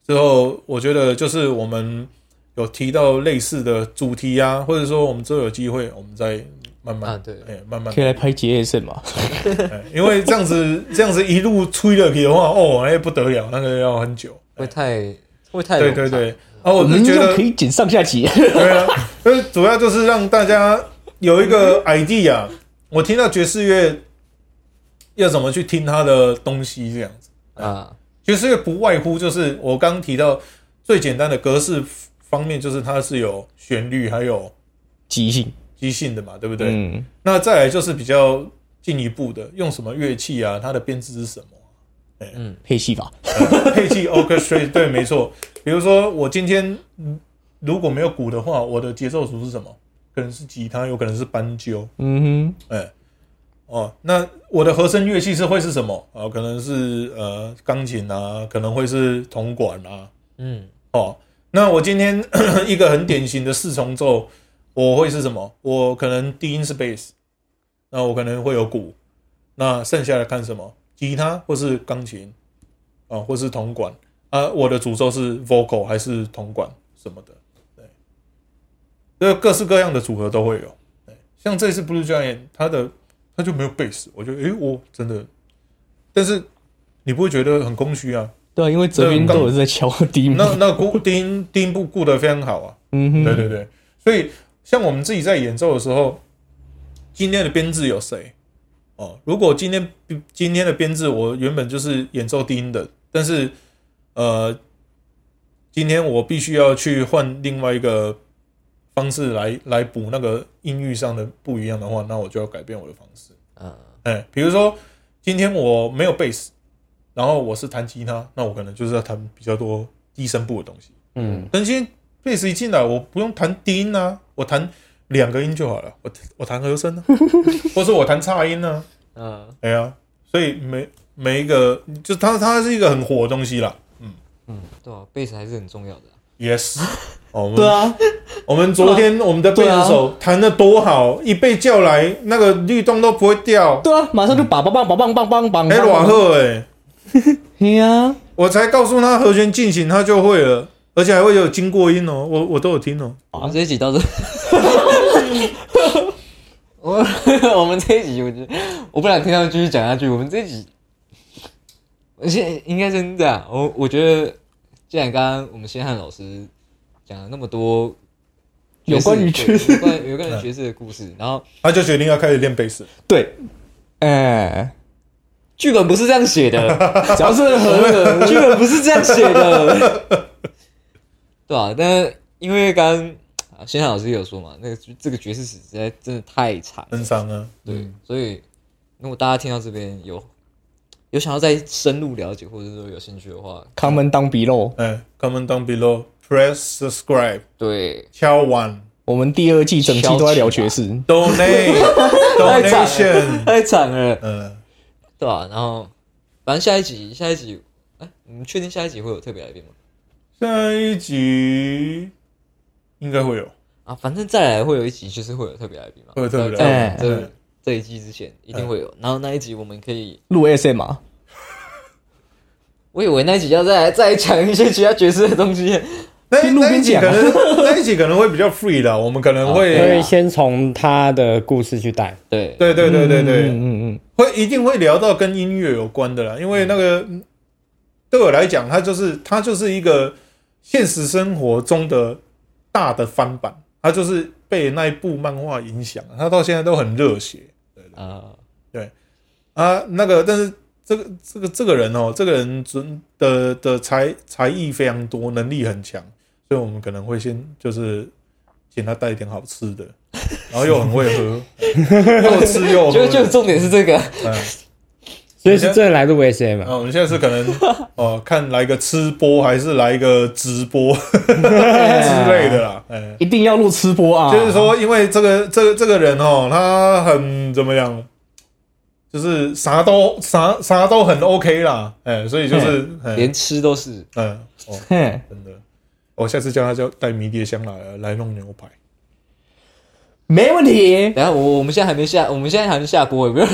之后我觉得就是我们有提到类似的主题啊，或者说我们之后有机会，我们再慢慢啊对哎、慢慢可以来拍结业胜嘛？哎因为这样子这样子一路吹了去的话，哦，哎、不得了，那个要很久。会太会太对冗对长对，啊，我我是们觉就得可以剪上下集，对啊，就是主要就是让大家有一个 idea。我听到爵士乐要怎么去听它的东西，这样子。啊，爵士乐不外乎就是我刚提到最简单的格式方面，就是它是有旋律还有即兴，即兴的嘛，对不对？嗯，那再来就是比较进一步的，用什么乐器啊，它的编制是什么啊、配戏法，配器 orchestrate 对，没错。比如说我今天嗯如果没有鼓的话，我的节奏组是什么？可能是吉他，有可能是斑鸠，嗯哎、哦，那我的和声乐器是会是什么？啊、可能是呃钢琴啊，可能会是铜管啊，嗯哦，那我今天 一个很典型的四重奏，我会是什么？我可能低音是 bass，那我可能会有鼓，那剩下的看什么？吉他或是钢琴啊、或是铜管啊？我的主奏是 vocal 还是铜管什么的？对，这各式各样的组合都会有。对，像这次 Blue Giant，它的它就没有 bass，我觉得诶，我真的，但是你不会觉得很空虚啊？哼，对啊，因为泽边那都有在敲低音，那那固低音低音部顾得非常好啊。嗯哼，对对对，所以像我们自己在演奏的时候，今天的编制有谁？哦，如果今天今天的编制我原本就是演奏低音的，但是呃，今天我必须要去换另外一个方式来来补那个音域上的不一样的话，那我就要改变我的方式。啊哎，比如说今天我没有贝斯，然后我是弹吉他，那我可能就是要弹比较多低声部的东西。嗯，但今天贝斯一进来，我不用弹低音啊，我弹两个音就好了，我我弹和声、啊， 或者我弹差音呢、啊啊？哎呀，所以每每一个就它它是一个很火的东西啦。嗯，对啊，贝斯还是很重要的啊， Yes，哦，我们对啊，我们昨天我们的贝斯手弹的多好，一被叫来，那个律动都不会掉，对啊，马上就把棒棒棒棒棒棒棒，哎，瓦赫哎、嘿呀，我才告诉他和弦进行，他就会了，而且还会有经过音哦，我我都有听哦。我们这一集到这，我 我们这一集，我觉得我不想听他们继续讲下去。我们这一集，而且应该真的、啊，我我觉得，既然刚刚我们先汉老师讲了那么多有爵士关对于爵士有关有关于爵士的故事，然后他就决定要开始练贝斯，对，哎，剧本不是这样写的， 角色很恶，剧本不是这样写的，对吧、但因为刚刚啊，先生老师也有说嘛，那个这个爵士史实在真的太长了，很伤啊。对，所以如果大家听到这边有有想要再深入了解，或者说有兴趣的话，看门当笔漏。哎，comment down below, press subscribe, 对，敲 one, 我们第二季整期都在聊爵士， donate, 太惨了， donation，太惨了，嗯，对吧、然后反正下一集，下一集，哎、你们确定下一集会有特别来宾吗？下一集应该会有，啊，反正再来会有一集，就是会有特别来宾嘛，会有特别来宾哎在哎在这嗯这一季之前一定会有，然后那一集我们可以，录 SM 啊，我以为那一集要再来再来讲一些其他角色的东西，那边录那一边集讲可啊能那一集可能会比较 free 啦，我们可能对会啊哦所以先从他的故事去带。 对对对对对对，嗯嗯嗯，会一定会聊到跟音乐有关的啦，因为那个嗯对我来讲，它就是它就是一个现实生活中的大的翻版，它就是被那一部漫画影响，它到现在都很热血啊，啊。那个，但是这个这个这个人哦，这个人准的的才才艺非常多，能力很强，所以我们可能会先就是请他带一点好吃的，然后又很会喝，又 吃又我觉喝得。就重点是这个，嗯所以是真的来录 SM 啊？啊，我们现在是可能哦、看来一个吃播，还是来一个直播之嗯类的啦。哎、一定要录吃播啊，就是说，因为这个这个这个人哦，他很怎么样，就是啥都啥啥都很 OK 啦。哎、所以就是嗯连吃都是嗯哦，嘿，真的，我、下次叫他叫带迷迭香来来弄牛排。没问题。等一下我我们现在还没下，我们现在还没下锅，有没有？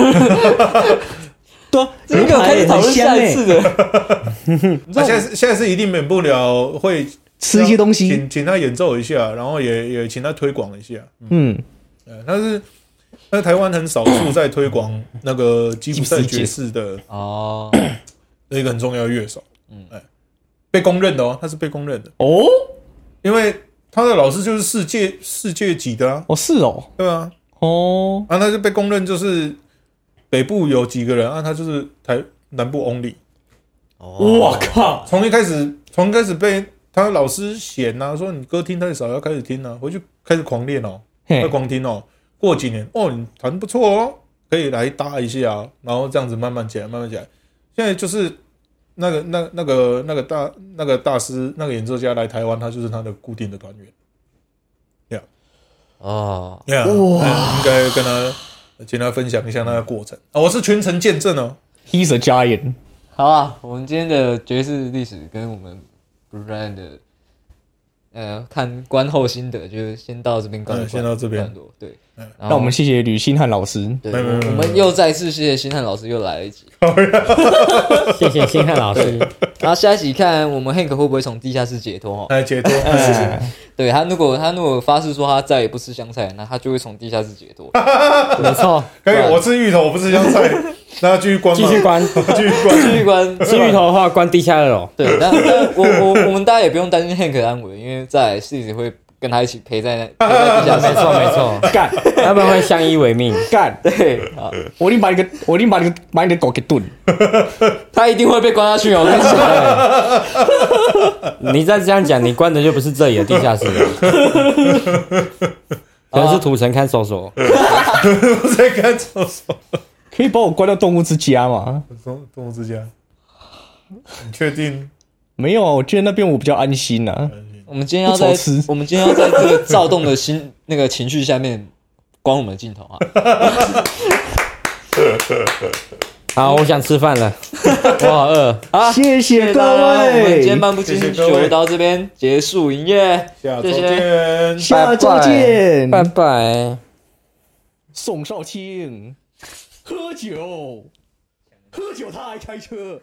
对啊，这个开始讨论下一次的，那、啊现在是现在是一定免不了会吃一些东西，请请他演奏一下，然后也也请他推广一下。嗯，呃，但是那台湾很少数在推广那个吉普赛爵士的哦，一个很重要的乐手，嗯，哎，被公认的哦，他是被公认的，哦，因为他的老师就是世界世界级的啊，哦是哦，对啊，哦，啊，他就被公认就是北部有几个人啊，他就是台南部 only，我靠，从一开始从一开始被他老师嫌呐、啊，说你歌听太少，要开始听啊，回去开始狂练哦，嘿要，光听哦。过几年哦，你弹不错哦，可以来搭一下啊，然后这样子慢慢起来，慢慢起来。现在就是那个、那、那个、那个大、那个大师、那个演奏家来台湾，他就是他的固定的团员。哦， Yeah，哇，应该跟他请他分享一下那个过程啊、我是全程见证哦。 He's a giant，好啊，我们今天的爵士历史跟我们 Brian 的，呃，看观后心得，就先到这边告一段嗯先到这边嗯段落对，然让我们谢谢吕星汉老师，对，没没没我们又再次谢谢星汉老师又来了一集，谢谢星汉 老师。然后下一集看我们 Hank 会不会从地下室解脱哦？来解脱，哎，对他，如果他如果发誓说他再也不吃香菜，那他就会从地下室解 脱。没错，可以。我吃芋头，我不吃香菜，那继续关继吗？续关。继续关。继续关吃芋头的话，关地下二楼。对，但但我我我们大家也不用担心 Hank 的安危，因为再来自己会跟他一起陪在那陪在地下室。没错没错，干要不然会相依为命。干，对，好我一定把你个，我一定把你个，把你的狗给炖，他一定会被关下去哦。我跟你 讲你再这样讲，你关的就不是这里的地下室了，可能是土城看守所。我在看厕所。可以把我关到动物之家吗？动动物之家，你确定？没有啊，我觉得那边我比较安心啊。我们今天要不在愁吃我们今天要在这个躁动的心那个情绪下面关我们的镜头啊。好，我想吃饭了，我好饿。好， 谢谢各我们位，今天漫不经心谢谢各位就到这边结束营业，下周谢谢见。下周见，拜拜。宋少卿，喝酒，喝酒他还开车。